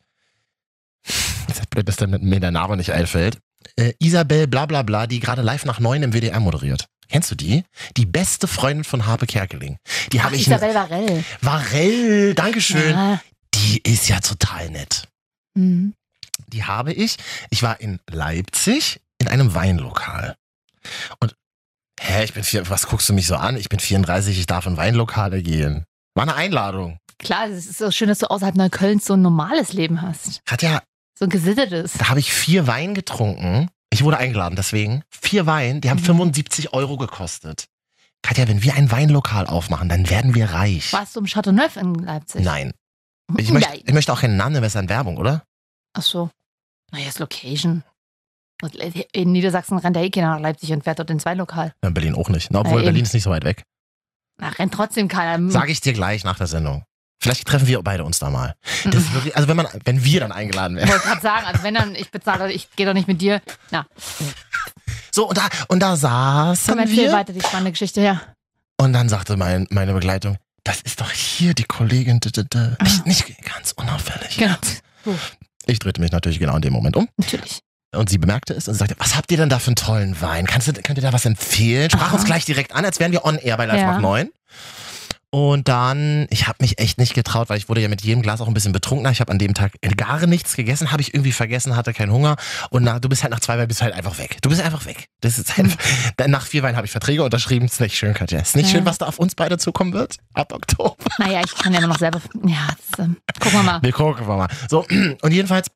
A: Ist das blöd, dass der- mir der Name nicht einfällt. Äh, Isabel bla bla bla, die gerade live nach neun im WDR moderiert. Kennst du die? Die beste Freundin von Harpe Kerkeling. Die habe ich.
B: Isabel Varell.
A: Varell, Dankeschön.
B: Ja.
A: Die ist ja total nett.
B: Mhm.
A: Die habe ich. Ich war in Leipzig in einem Weinlokal. Und, hä, ich bin vier, was guckst du mich so an? Ich bin 34, ich darf in Weinlokale gehen. War eine Einladung.
B: Klar, es ist so schön, dass du außerhalb Neuköllns so ein normales Leben hast.
A: Hat ja,
B: So ein gesittetes.
A: da habe ich vier Wein getrunken. Ich wurde eingeladen, deswegen. Vier Wein,
B: Mhm.
A: die haben 75 Euro gekostet. Katja, wenn wir ein Weinlokal aufmachen, dann werden wir reich.
B: Warst du im Chateauneuf in Leipzig?
A: Nein. Ich möchte,
B: Nein.
A: ich möchte auch keinen Namen nennen, weil es ist an Werbung, oder?
B: Ach so. Naja, ist Location. Und In Niedersachsen rennt ja eh keiner nach Leipzig und fährt dort ins Weinlokal.
A: Ja, In Berlin auch nicht. Na, obwohl
B: Ja, eben.
A: Berlin ist nicht so weit weg.
B: Na, rennt trotzdem keiner.
A: Sage ich dir gleich nach der Sendung. Vielleicht treffen wir beide uns da mal. Das
B: Hm.
A: ist wirklich, also wenn, man, wenn wir dann eingeladen
B: Ich
A: werden.
B: [LAUGHS] wollte gerade sagen, also wenn dann, ich bezahle, ich gehe doch nicht mit dir. Na,
A: So, und da, und da saßen
B: komm, erzähl
A: wir.
B: weiter die spannende Geschichte, ja.
A: Und dann sagte mein, meine Begleitung, das ist doch hier die Kollegin. d- d- d- Nicht, nicht ganz unauffällig. [LAUGHS]
B: Genau.
A: Ich drehte mich natürlich genau in dem Moment um.
B: Natürlich.
A: Und sie bemerkte es und sagte, was habt ihr denn da für einen tollen Wein? Kannst du, könnt ihr da was empfehlen? Sprach uns gleich direkt an, als wären wir on air bei Live
B: Ja.
A: nach 9. Und dann, ich habe mich echt nicht getraut, weil ich wurde ja mit jedem Glas auch ein bisschen betrunkener. Ich habe an dem Tag gar nichts gegessen, habe ich irgendwie vergessen, hatte keinen Hunger. Und nach, du bist halt nach zwei Wein bist du halt einfach weg. Du bist einfach weg. Das ist halt, [LAUGHS] nach vier Wein habe ich Verträge unterschrieben. Ist nicht schön, Katja. Ist nicht
B: Mhm. Ja.
A: schön, was da auf uns beide zukommen wird ab Oktober.
B: Naja, ich kann ja immer noch selber. Ja, das, ähm, gucken wir mal.
A: Wir gucken wir mal. So, [CLEARS THROAT] und jedenfalls.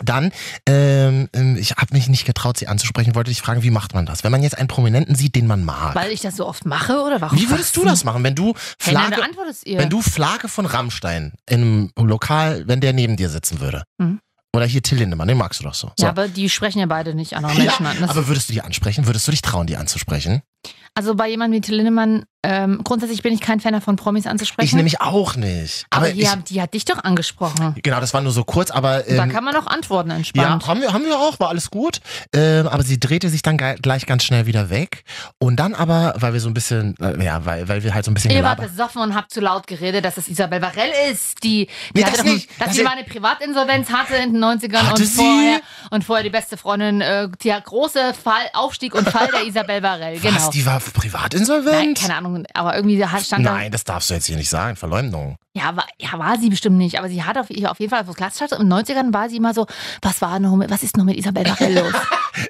A: Dann, ähm, ähm, ich habe mich nicht getraut, sie anzusprechen, wollte dich fragen, wie macht man das? Wenn man jetzt einen Prominenten sieht, den man mag.
B: Weil ich das so oft mache oder warum?
A: wie würdest du das machen, wenn du
B: Hey, nein,
A: Flagge,
B: da antwortest ihr.
A: wenn du Flagge von Rammstein in einem Lokal, wenn der neben dir sitzen würde?
B: Mhm.
A: Oder hier Till Lindemann, den magst du doch so. so.
B: Ja, aber die sprechen ja beide nicht
A: [LAUGHS]
B: andere Menschen an. Das,
A: aber würdest du die ansprechen? Würdest du dich trauen, die anzusprechen?
B: also bei jemandem wie Till Lindemann, ähm, grundsätzlich bin ich kein Fan davon, Promis anzusprechen.
A: Ich nämlich auch nicht.
B: Aber,
A: Aber,
B: die, haben, die hat dich doch angesprochen.
A: ich, genau, das war nur so kurz, aber ähm,
B: da kann man auch antworten entspannt.
A: Ja, haben wir, haben wir auch, war alles gut. Ähm, aber sie drehte sich dann ge- gleich ganz schnell wieder weg. Und dann aber, weil wir so ein bisschen, äh, ja, weil, weil wir halt so ein bisschen
B: Ihr wart
A: gelabert
B: besoffen und habt zu laut geredet, dass es Isabel Varell ist, die, die
A: Nee,
B: hatte
A: das
B: doch ein-
A: nicht.
B: dass
A: Das
B: sie
A: ist-
B: mal eine Privatinsolvenz hatte in den 90ern
A: Hatte
B: und
A: sie?
B: vorher und vorher die beste Freundin, äh, der große Fall, Aufstieg und Fall der Isabel Varell, genau.
A: Was, die war privatinsolvent?
B: Nein, keine Ahnung, aber irgendwie da stand da,
A: Nein, das darfst du jetzt hier nicht sagen, Verleumdung.
B: Ja, war, ja, war sie bestimmt nicht, aber sie hat auf, auf jeden Fall auf Glas und in den 90ern war sie immer so, was war noch mit, was ist noch mit Isabel Varell
A: [LAUGHS]
B: los?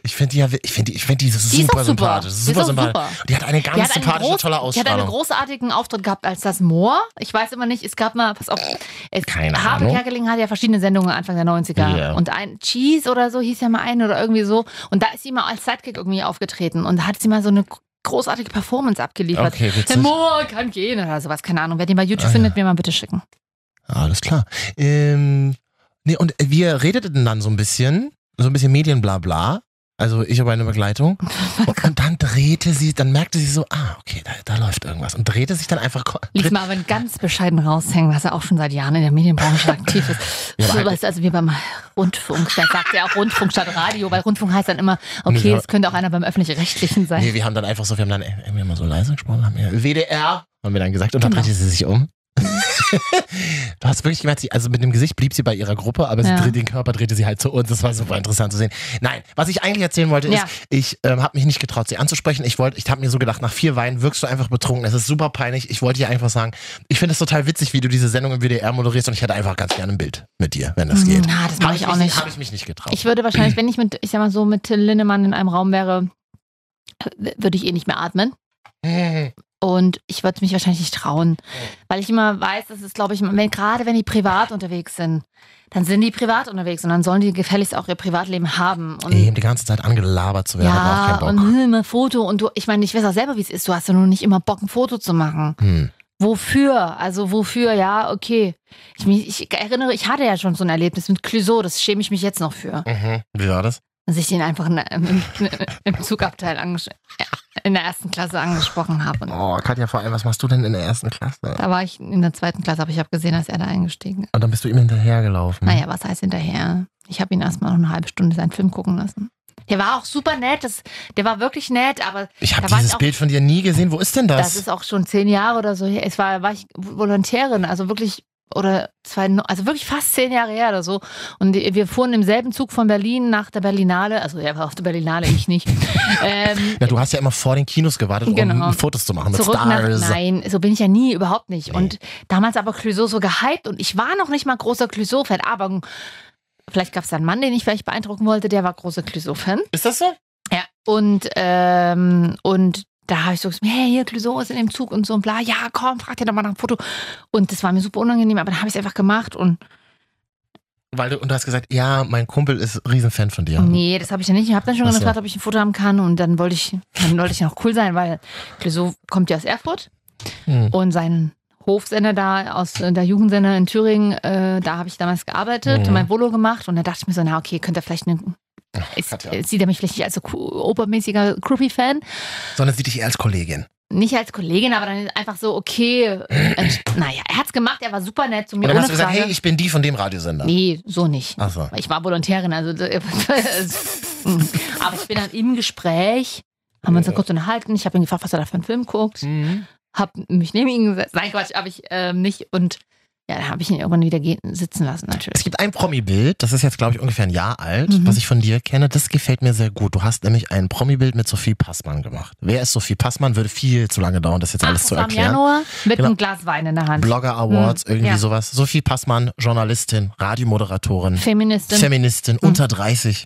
A: Ich finde die ja, ich finde die, ich find die,
B: Die ist
A: super
B: auch super.
A: sympathisch.
B: Die ist
A: Super
B: auch
A: sympathisch.
B: super.
A: Die hat eine
B: Die
A: ganz
B: hat einen
A: sympathische,
B: groß-
A: tolle
B: Die hat einen
A: Ausstrahlung.
B: großartigen Auftritt gehabt als das Moor. Ich weiß immer nicht, es gab mal, pass auf, es,
A: Keine
B: Habe
A: Ahnung.
B: Kerkeling hatte ja verschiedene Sendungen Anfang der 90er.
A: Ja.
B: Und ein Cheese oder so hieß ja mal ein oder irgendwie so. Und da ist sie mal als Sidekick irgendwie aufgetreten und da hat sie mal so eine großartige Performance abgeliefert.
A: Okay, witzig.
B: Der Moor kann gehen oder sowas, keine Ahnung. Wer den bei YouTube
A: Ah,
B: findet, mir mal bitte schicken.
A: Alles klar. Ähm, nee, und wir redeten dann so ein bisschen, so ein bisschen Medienblabla. Also ich und meine
B: [LAUGHS]
A: Begleitung. Und, und dann drehte sie, dann merkte sie so, ah, okay, da, da läuft irgendwas. Und drehte sich dann einfach. ko-
B: Ließ Marvin ganz bescheiden raushängen, was er auch schon seit Jahren in der Medienbranche aktiv ist.
A: [LAUGHS] Ja, aber halt
B: so was, also wie beim Rundfunk, da sagt er auch Rundfunk statt Radio, weil Rundfunk heißt dann immer, okay,
A: Nee,
B: es könnte auch einer beim Öffentlich-Rechtlichen sein.
A: Nee, wir haben dann einfach so, wir haben dann irgendwie immer so leise gesprochen, haben wir, WDR, haben wir dann gesagt. Und dann
B: Genau.
A: drehte sie sich
B: [LAUGHS]
A: um. du hast wirklich gemerkt, sie, also mit dem Gesicht blieb sie bei ihrer Gruppe, aber sie
B: Ja.
A: dreht, den Körper drehte sie halt zu uns. Das war super interessant zu sehen. Nein, was ich eigentlich erzählen wollte,
B: Ja.
A: ist, ich ähm, habe mich nicht getraut, sie anzusprechen. Ich wollte, ich habe mir so gedacht, nach vier Weinen wirkst du einfach betrunken. Es ist super peinlich. Ich wollte ihr einfach sagen, ich finde es total witzig, wie du diese Sendung im WDR moderierst und ich hätte einfach ganz gerne ein Bild mit dir, wenn das geht.
B: Na, Mhm. das mache ich auch nicht.
A: Habe ich mich nicht getraut.
B: Ich würde wahrscheinlich, wenn ich mit, ich sag mal so, mit Till Lindemann in einem Raum wäre, w- würde ich eh nicht mehr atmen. Und ich würde mich wahrscheinlich nicht trauen, weil ich immer weiß, das ist, glaube ich, wenn, gerade wenn die privat unterwegs sind, dann sind die privat unterwegs und dann sollen die gefälligst auch ihr Privatleben haben. Und
A: Eben die ganze Zeit angelabert zu werden, aber auch keinen
B: ja,
A: Bock.
B: und hm, immer Foto und du, ich meine, ich weiß auch selber, wie es ist, du hast ja nun nicht immer Bock, ein Foto zu machen.
A: Hm.
B: Wofür? Also wofür? Ja, okay. Ich, mich- ich erinnere, ich hatte ja schon so ein Erlebnis mit Clouseau, das schäme ich mich jetzt noch für.
A: Mhm. Wie war das?
B: [LAUGHS] Dass ich den einfach in, im, im Zugabteil angesch- äh, in der ersten Klasse angesprochen habe. Und
A: Oh, Katja, vor allem, was machst du denn in der ersten Klasse?
B: Da war ich in der zweiten Klasse, aber ich habe gesehen, dass er da eingestiegen ist.
A: Und dann bist du ihm hinterhergelaufen.
B: Naja, was heißt hinterher? Ich habe ihn erstmal noch eine halbe Stunde seinen Film gucken lassen. Der war auch super nett, das, der war wirklich nett, aber
A: Ich habe
B: da war
A: dieses
B: auch,
A: Bild von dir nie gesehen. Wo ist denn das?
B: das ist auch schon zehn Jahre oder so her. Es war, war ich Volontärin, also wirklich, oder zwei, also wirklich fast zehn Jahre her oder so. Und die- wir fuhren im selben Zug von Berlin nach der Berlinale, also er war auf der Berlinale,
A: [LAUGHS]
B: ich nicht. ähm,
A: ja, du hast ja immer vor den Kinos gewartet,
B: Genau.
A: um Fotos zu machen mit
B: Zurück
A: Stars.
B: Nach, nein, so bin ich ja nie, überhaupt nicht. Und damals aber Clouseau so gehypt und ich war noch nicht mal großer Clouseau-Fan, aber vielleicht gab es da einen Mann, den ich vielleicht beeindrucken wollte, der war großer Clouseau-Fan.
A: Ist das so?
B: Ja. Und, ähm, und da habe ich so gesagt, hey, hier, Clouseau ist in dem Zug und so und bla, ja, komm, frag dir doch mal nach dem Foto. Und das war mir super unangenehm, aber dann habe ich es einfach gemacht und
A: Weil du, und du hast gesagt, ja, mein Kumpel ist Riesenfan von dir.
B: nee, das habe ich dann nicht. Ich habe dann schon
A: Ach so.
B: gefragt, ob ich ein Foto haben kann und dann wollte ich, dann wollte ich noch cool sein, weil Clouseau kommt ja aus Erfurt.
A: Hm.
B: Und sein Hofsender da aus äh, der Jugendsender in Thüringen, äh, da habe ich damals gearbeitet
A: Mhm.
B: und mein Volo gemacht. Und da dachte ich mir so, na okay, könnte er vielleicht eine. Ist,
A: Katja.
B: äh, Sieht er mich vielleicht nicht als so ku- obermäßiger Groupie-Fan?
A: Sondern sieht dich eher als Kollegin.
B: Nicht als Kollegin, aber dann einfach so, okay. äh,
A: [CLEARS THROAT]
B: naja, er hat's gemacht, er war super nett zu mir.
A: Und dann
B: ohne
A: hast du gesagt,
B: Frage.
A: hey, ich Ah. bin die von dem Radiosender.
B: Nee, so nicht.
A: Ach so.
B: Ich war Volontärin, also. äh, [LAUGHS] aber ich bin dann im Gespräch, haben wir uns dann kurz unterhalten. Ich habe ihn gefragt, was er da für einen Film guckt.
A: Hm.
B: Hab mich neben ihn gesetzt. Nein, Quatsch, habe ich ähm, nicht. Und ja, dann habe ich ihn irgendwann wieder gehen, sitzen lassen, natürlich.
A: Es gibt ein Promi-Bild, das ist jetzt, glaube ich, ungefähr ein Jahr alt,
B: Mhm.
A: was ich von dir kenne. Das gefällt mir sehr gut. Du hast nämlich ein Promi-Bild mit Sophie Passmann gemacht. Wer ist Sophie Passmann? Würde viel zu lange dauern, das jetzt alles
B: das
A: zu
B: war im
A: erklären.
B: Januar mit
A: Genau.
B: einem Glas Wein in der Hand.
A: Blogger Awards,
B: Hm,
A: irgendwie
B: ja.
A: sowas. Sophie Passmann, Journalistin, Radiomoderatorin.
B: Feministin.
A: Feministin,
B: Hm.
A: unter 30.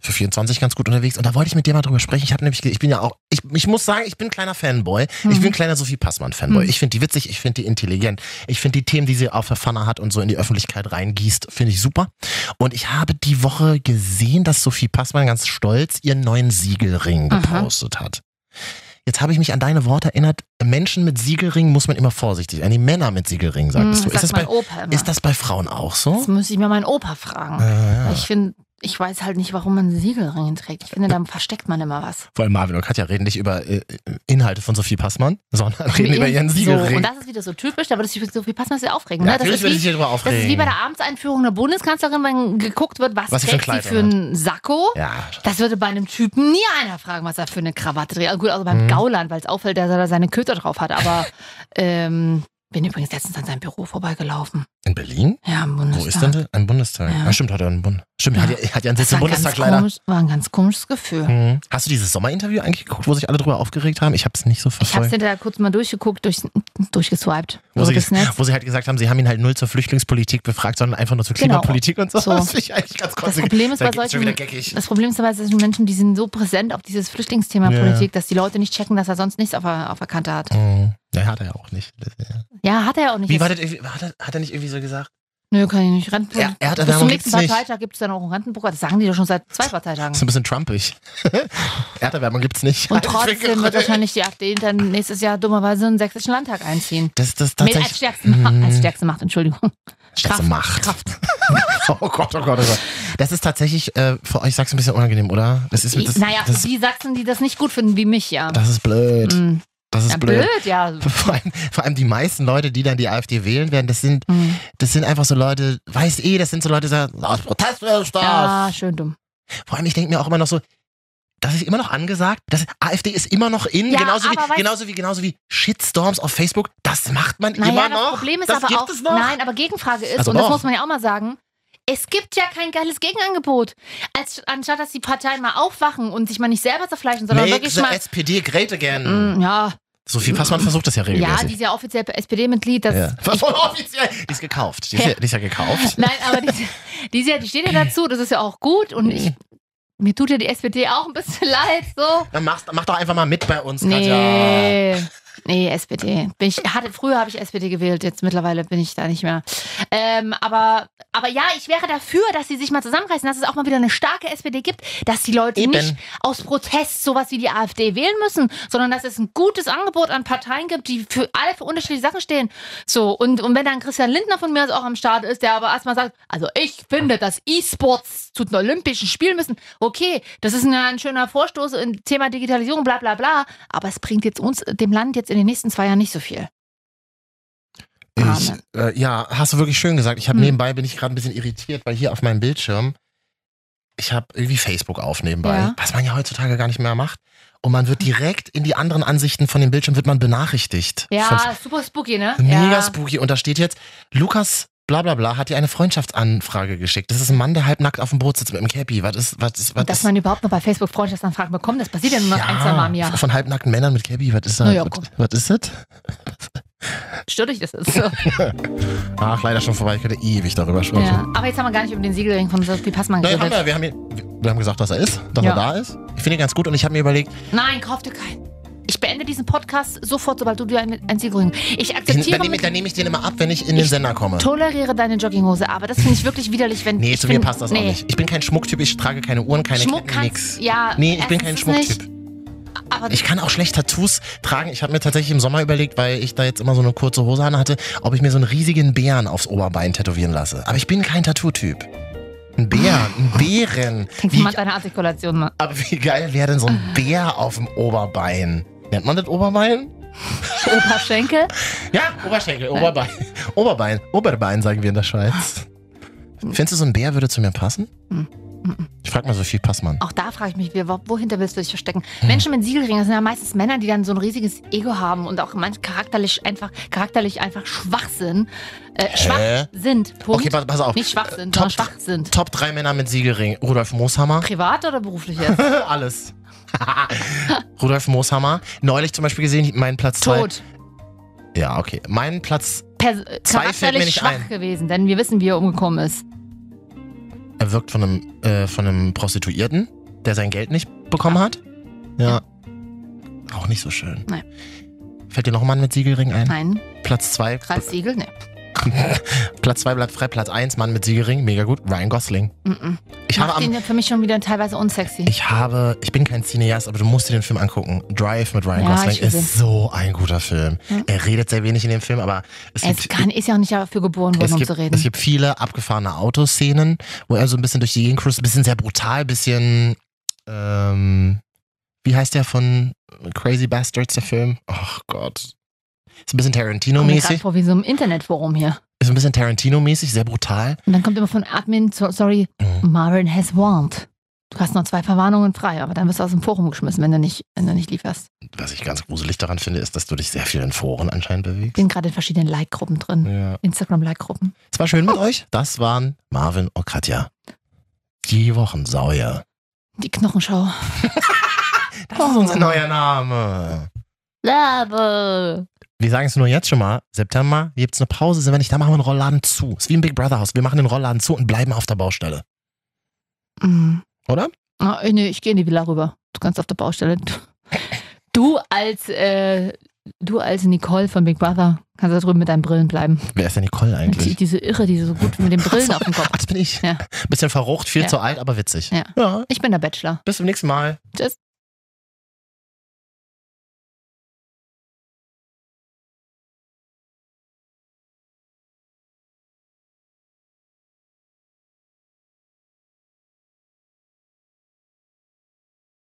A: Für 24 ganz gut unterwegs. Und da wollte ich mit dir mal drüber sprechen. Ich habe nämlich, ge- ich bin ja auch, ich, ich muss sagen, ich bin ein kleiner Fanboy. Ich
B: Mhm.
A: bin ein kleiner Sophie Passmann-Fanboy.
M: Mhm.
A: Ich finde die witzig, ich finde die intelligent. Ich finde die Themen, die sie auf der Pfanne hat und so in die Öffentlichkeit reingießt, finde ich super. Und ich habe die Woche gesehen, dass Sophie Passmann ganz stolz ihren neuen Siegelring
M: Aha.
A: gepostet hat. Jetzt habe ich mich an deine Worte erinnert. Menschen mit Siegelring muss man immer vorsichtig sein. Die Männer mit Siegelring, sagtest
B: Hm,
A: du. Ist
B: sagt
A: das,
B: mein
A: bei,
B: Opa immer.
A: ist das bei Frauen auch so?
B: Das muss ich mir meinen Opa fragen.
A: Ah, ja.
B: Ich finde, ich weiß halt nicht, warum man Siegelringe trägt. Ich finde, da versteckt man immer was.
A: Vor allem Marvin und Katja reden nicht über äh, Inhalte von Sophie Passmann, sondern reden über ihren
B: So,
A: Siegelring.
B: und das ist wieder so typisch, aber das ist so viel passend, das ist ja aufregend.
A: Ja,
B: ne? das
A: natürlich
B: ist
A: will
B: wie,
A: ich hier drüber
B: Das ist wie
A: aufregen.
B: bei der Amtseinführung der Bundeskanzlerin, wenn geguckt wird, was,
A: Was sie für ein
B: trägt sie
A: Kleid
B: für einen Sakko.
A: Ja.
B: Das würde bei einem Typen nie einer fragen, was er für eine Krawatte trägt. Gut, also beim
A: Mhm.
B: Gauland, weil es auffällt, dass er da seine Köter drauf hat.
A: [LAUGHS]
B: Aber ähm, bin übrigens letztens an seinem Büro vorbeigelaufen.
A: In Berlin?
B: Ja, im Bundestag.
A: Wo ist denn der? Ein Bundestag.
B: Ja.
A: Ah, stimmt, hat er einen Bund. Stimmt, hat, er, hat ja einen
B: Das
A: Sitz im
B: war ein ganz
A: Bundestag leider.
B: Komisch, war ein ganz komisches Gefühl.
A: Mhm. Hast du dieses Sommerinterview eigentlich geguckt, wo sich alle drüber aufgeregt haben? Ich habe es nicht so
B: Ich habe es
A: verfolgt.
B: hinterher kurz mal durchgeguckt, durch, durchgeswiped.
A: Wo sie,
B: Durch
A: [LAUGHS]
B: das Netz.
A: wo sie halt gesagt haben, sie haben ihn halt null zur Flüchtlingspolitik befragt, sondern einfach nur zur
B: Genau.
A: Klimapolitik und so.
B: So.
A: Das finde ich eigentlich ganz
B: Das
A: konsequent.
B: Problem ist
A: Da
B: bei
A: geht's schon
B: solchen,
A: wieder geckig.
B: das Problem ist bei solchen Menschen, die sind so präsent auf dieses Flüchtlingsthema
A: Ja.
B: Politik, dass die Leute nicht checken, dass er sonst nichts auf der, auf der Kante hat.
A: Mhm. Ja, hat er ja auch nicht.
B: Ja, hat er ja auch nicht.
A: Wie
B: Jetzt-
A: war das, irgendwie- hat, er, hat er nicht irgendwie so gesagt?
B: Nö, kann ich nicht. Renten,
A: Ja, er hat
B: bis zum
A: Erwärmung
B: nächsten
A: gibt's nicht.
B: Parteitag gibt es dann auch ein Rentenprogramm. Das sagen die doch schon seit zwei Parteitagen.
A: Ist ein bisschen trumpig. [LAUGHS] Erderwärmung gibt's nicht.
B: Und trotzdem wird wahrscheinlich die AfD dann nächstes Jahr dummerweise in den sächsischen Landtag einziehen.
A: Das, das
B: Mit
A: tatsächlich-
B: als stärkste, Ma-
A: Mhm.
B: als stärkste Macht, Entschuldigung.
A: Stärkste Macht.
B: Kraft.
A: [LAUGHS] Oh Gott, oh Gott, oh Gott. Das ist tatsächlich äh, für euch, sag's ein bisschen unangenehm, oder? Das ist, das,
B: naja,
A: das,
B: die Sachsen, die das nicht gut finden, wie mich, ja.
A: das ist blöd.
B: Mhm.
A: Das ist
B: ja,
A: blöd.
B: blöd, ja.
A: Vor allem, vor allem die meisten Leute, die dann die AfD wählen werden, das sind,
B: Hm.
A: das sind einfach so Leute, weiß eh, das sind so Leute, die sagen, aus Protest wäre
B: Ah,
A: Staat.
B: Ja, schön dumm.
A: Vor allem, ich denke mir auch immer noch so, das ist immer noch angesagt, das, AfD ist immer noch in,
B: Ja,
A: genauso, wie,
B: aber weißt-
A: genauso, wie, genauso wie Shitstorms auf Facebook, das macht man
B: Naja,
A: immer
B: das
A: noch.
B: Problem ist
A: das
B: aber
A: gibt
B: auch.
A: es noch.
B: Nein, aber Gegenfrage ist,
A: Also
B: und das
A: noch.
B: muss man ja auch mal sagen. Es gibt ja kein geiles Gegenangebot. Als, anstatt dass die Parteien mal aufwachen und sich mal nicht selber zerfleischen, sondern
A: Make
B: wirklich
A: the
B: mal.
A: SPD great again.
B: Mm, ja,
A: Sophie Passmann versucht das ja
B: ja,
A: regelmäßig.
B: die ist ja offiziell SPD-Mitglied. das-
A: Ja. [LAUGHS] Was von offiziell? Die ist gekauft. Die ist ja, die ist ja gekauft.
B: Nein, aber die, [LAUGHS] die, ist ja, die steht ja dazu, das ist ja auch gut und ich, mir tut ja die SPD auch ein bisschen [LAUGHS] leid, so.
A: Dann mach's, mach doch einfach mal mit bei uns,
B: Nee.
A: Katja.
B: Nee, SPD. Bin ich, hatte, früher habe ich SPD gewählt, jetzt mittlerweile bin ich da nicht mehr. Ähm, aber, aber ja, ich wäre dafür, dass sie sich mal zusammenreißen, dass es auch mal wieder eine starke SPD gibt, dass die Leute
L: Eben.
B: nicht aus Protest sowas wie die AfD wählen müssen, sondern dass es ein gutes Angebot an Parteien gibt, die für alle für unterschiedliche Sachen stehen. So, und, und wenn dann Christian Lindner von mir aus auch am Start ist, der aber erstmal sagt, also ich finde, dass E-Sports zu den Olympischen Spielen müssen, okay, das ist ein, ein schöner Vorstoß im Thema Digitalisierung, bla bla bla, aber es bringt jetzt uns, dem Land jetzt in den nächsten zwei Jahren nicht so viel.
A: Ich, äh, ja, hast du wirklich schön gesagt. Ich
B: Hm.
A: habe nebenbei bin ich gerade ein bisschen irritiert, weil hier auf meinem Bildschirm ich habe irgendwie Facebook auf nebenbei,
B: Ja.
A: was man ja heutzutage gar nicht mehr macht. Und man wird direkt in die anderen Ansichten von dem Bildschirm wird man benachrichtigt. Von,
B: Ja, super spooky, ne?
A: Mega
B: ja.
A: spooky. Und da steht jetzt, Lukas bla bla bla hat dir eine Freundschaftsanfrage geschickt. Das ist ein Mann, der halbnackt auf dem Boot sitzt mit einem Cappy. Was ist, was ist, was
B: Dass
A: ist
B: man überhaupt noch bei Facebook Freundschaftsanfragen bekommt, das passiert ja nur noch ein, zwei Mal im Jahr.
A: von halbnackten Männern mit Cappy? Was ist da?
B: Na ja,
A: was,
B: komm.
A: was ist das? [LAUGHS]
B: Stört euch das jetzt so?
A: Ach, leider schon vorbei. Ich könnte ewig darüber sprechen.
B: ja. Aber jetzt haben wir gar nicht über den Siegelring von Sophie Passmann
A: Nein, haben
B: geredet.
A: wir, wir, haben, ihn- wir haben gesagt, dass er ist, dass
B: Ja.
A: er da ist. Ich finde ihn ganz gut und ich habe mir überlegt,
B: Nein, kauf dir keinen. Ich beende diesen Podcast sofort, sobald du dir einen, einen Siegelring.
A: den,
B: Ich
A: dann,
B: akzeptiere.
A: nehme, ich- dann nehme ich den immer ab, wenn ich in den Sender komme.
B: Toleriere deine Jogginghose, aber das finde ich wirklich widerlich, wenn.
A: Nee,
B: ich
A: zu mir
B: find-
A: passt das auch nicht. Ich bin kein Schmucktyp, ich trage keine Uhren, keine
B: Schmuck
A: Ketten,
B: kannst,
A: nix.
B: ja.
A: Nee, ich bin kein
B: erstens ist es
A: Schmucktyp.
B: Nicht, aber
A: Ich kann auch schlecht Tattoos tragen. Ich habe mir tatsächlich im Sommer überlegt, weil ich da jetzt immer so eine kurze Hose an hatte, ob ich mir so einen riesigen Bären aufs Oberbein tätowieren lasse. Aber ich bin kein Tattoo-Typ. Ein
B: Ah.
A: Bär, ein Bären.
B: Fängst du mal mit deiner Artikulation ne? an.
A: Aber wie geil wäre denn so ein
B: Ah.
A: Bär auf dem Oberbein? Nennt man das Oberbein?
B: Oberschenkel?
A: Ja,
B: Äh.
A: Oberschenkel, Oberbein. Oberbein, Oberbein sagen wir in der Schweiz.
B: Hm.
A: Findest du, so ein Bär würde zu mir passen? Ich frag mal Sophie Passmann.
B: Auch da frage ich mich, wieder, wo- wohinter willst du dich verstecken?
A: Hm.
B: Menschen mit Siegelringen das sind ja meistens Männer, die dann so ein riesiges Ego haben und auch manch charakterlich einfach, charakterlich einfach schwach sind. Äh, schwach sind. Punkt.
A: Okay, pass- pass auf.
B: Nicht schwach sind,
A: Top-
B: sondern schwach sind.
A: Top 3 Männer mit Siegelring. Rudolf Mooshammer.
B: Privat oder beruflich
A: [LAUGHS]
B: jetzt?
A: Alles. Rudolf Mooshammer. Neulich zum Beispiel gesehen, mein Platz 2.
B: Tot.
A: Ja, okay. Mein Platz.
B: Pers
A: Zwei fällt mir
B: charakterlich
A: nicht
B: schwach
A: ein.
B: gewesen, denn wir wissen, wie er umgekommen ist.
A: Er wirkt von einem, äh, von einem Prostituierten, der sein Geld nicht bekommen hat. Ja. Auch nicht so schön.
B: Nein.
A: Fällt dir noch ein Mann mit Siegelring ein?
B: Nein.
A: Platz 2.
B: Ralf Siegel? Nee.
A: Platz 2 bleibt frei. Platz 1, Mann mit Siegelring. Mega gut. Ryan Gosling.
B: Mhm.
A: Ich
B: Macht
A: habe am-
B: ihn ja für mich schon wieder teilweise unsexy.
A: Ich habe, ich bin kein Cineast, aber du musst dir den Film angucken. Drive mit Ryan
B: Ja,
A: Gosling
B: ich will den.
A: ist so ein guter Film. Er redet sehr wenig in dem Film, aber es
B: er ist,
A: gibt,
B: gar nicht, ist ja auch nicht dafür geboren worden,
A: es,
B: um
A: gibt,
B: zu reden.
A: es gibt viele abgefahrene Autoszenen, wo er so ein bisschen durch die Gegend cruist, ein bisschen sehr brutal, bisschen, ähm, wie heißt der von Crazy Bastards, der Film? Ach Gott. Ist ein bisschen
B: Kommt mir grad
A: Tarantino-mäßig.
B: vor wie so im Internetforum hier.
A: Ist ein bisschen Tarantino-mäßig, sehr brutal.
B: Und dann kommt immer von Admin, so, sorry, Marvin has warned. Du hast noch zwei Verwarnungen frei, aber dann wirst du aus dem Forum geschmissen, wenn du nicht, wenn du nicht lieferst.
A: Was ich ganz gruselig daran finde, ist, dass du dich sehr viel in Foren anscheinend bewegst.
B: Bin gerade in verschiedenen Like-Gruppen drin.
A: Ja.
B: Instagram-Like-Gruppen.
A: Es war schön mit euch. Das waren Marvin und Katja. Die Wochensäuer.
B: Die Knochenschau.
A: das ist Unser neuer Name.
B: Love.
A: Wir sagen es nur jetzt schon mal. September gibt es eine Pause. Sind wir nicht da, machen wir den Rollladen zu. Ist wie im Big Brother Haus. Wir machen den Rollladen zu und bleiben auf der Baustelle.
B: Mhm.
A: Oder?
B: Ah, nee, ich gehe in die Villa rüber. Du kannst auf der Baustelle. Du, du als äh, du als Nicole von Big Brother kannst da drüben mit deinen Brillen bleiben.
A: Wer ist denn Nicole
B: Die,
A: eigentlich? Ah,
B: diese Irre, die so gut mit den Brillen auf dem Kopf.
A: Das bin ich.
B: Ja.
A: Bisschen verrucht, viel
B: Ja.
A: zu alt, aber witzig.
B: Ja.
A: ja.
B: Ich bin der Bachelor.
A: Bis zum nächsten Mal.
B: Tschüss.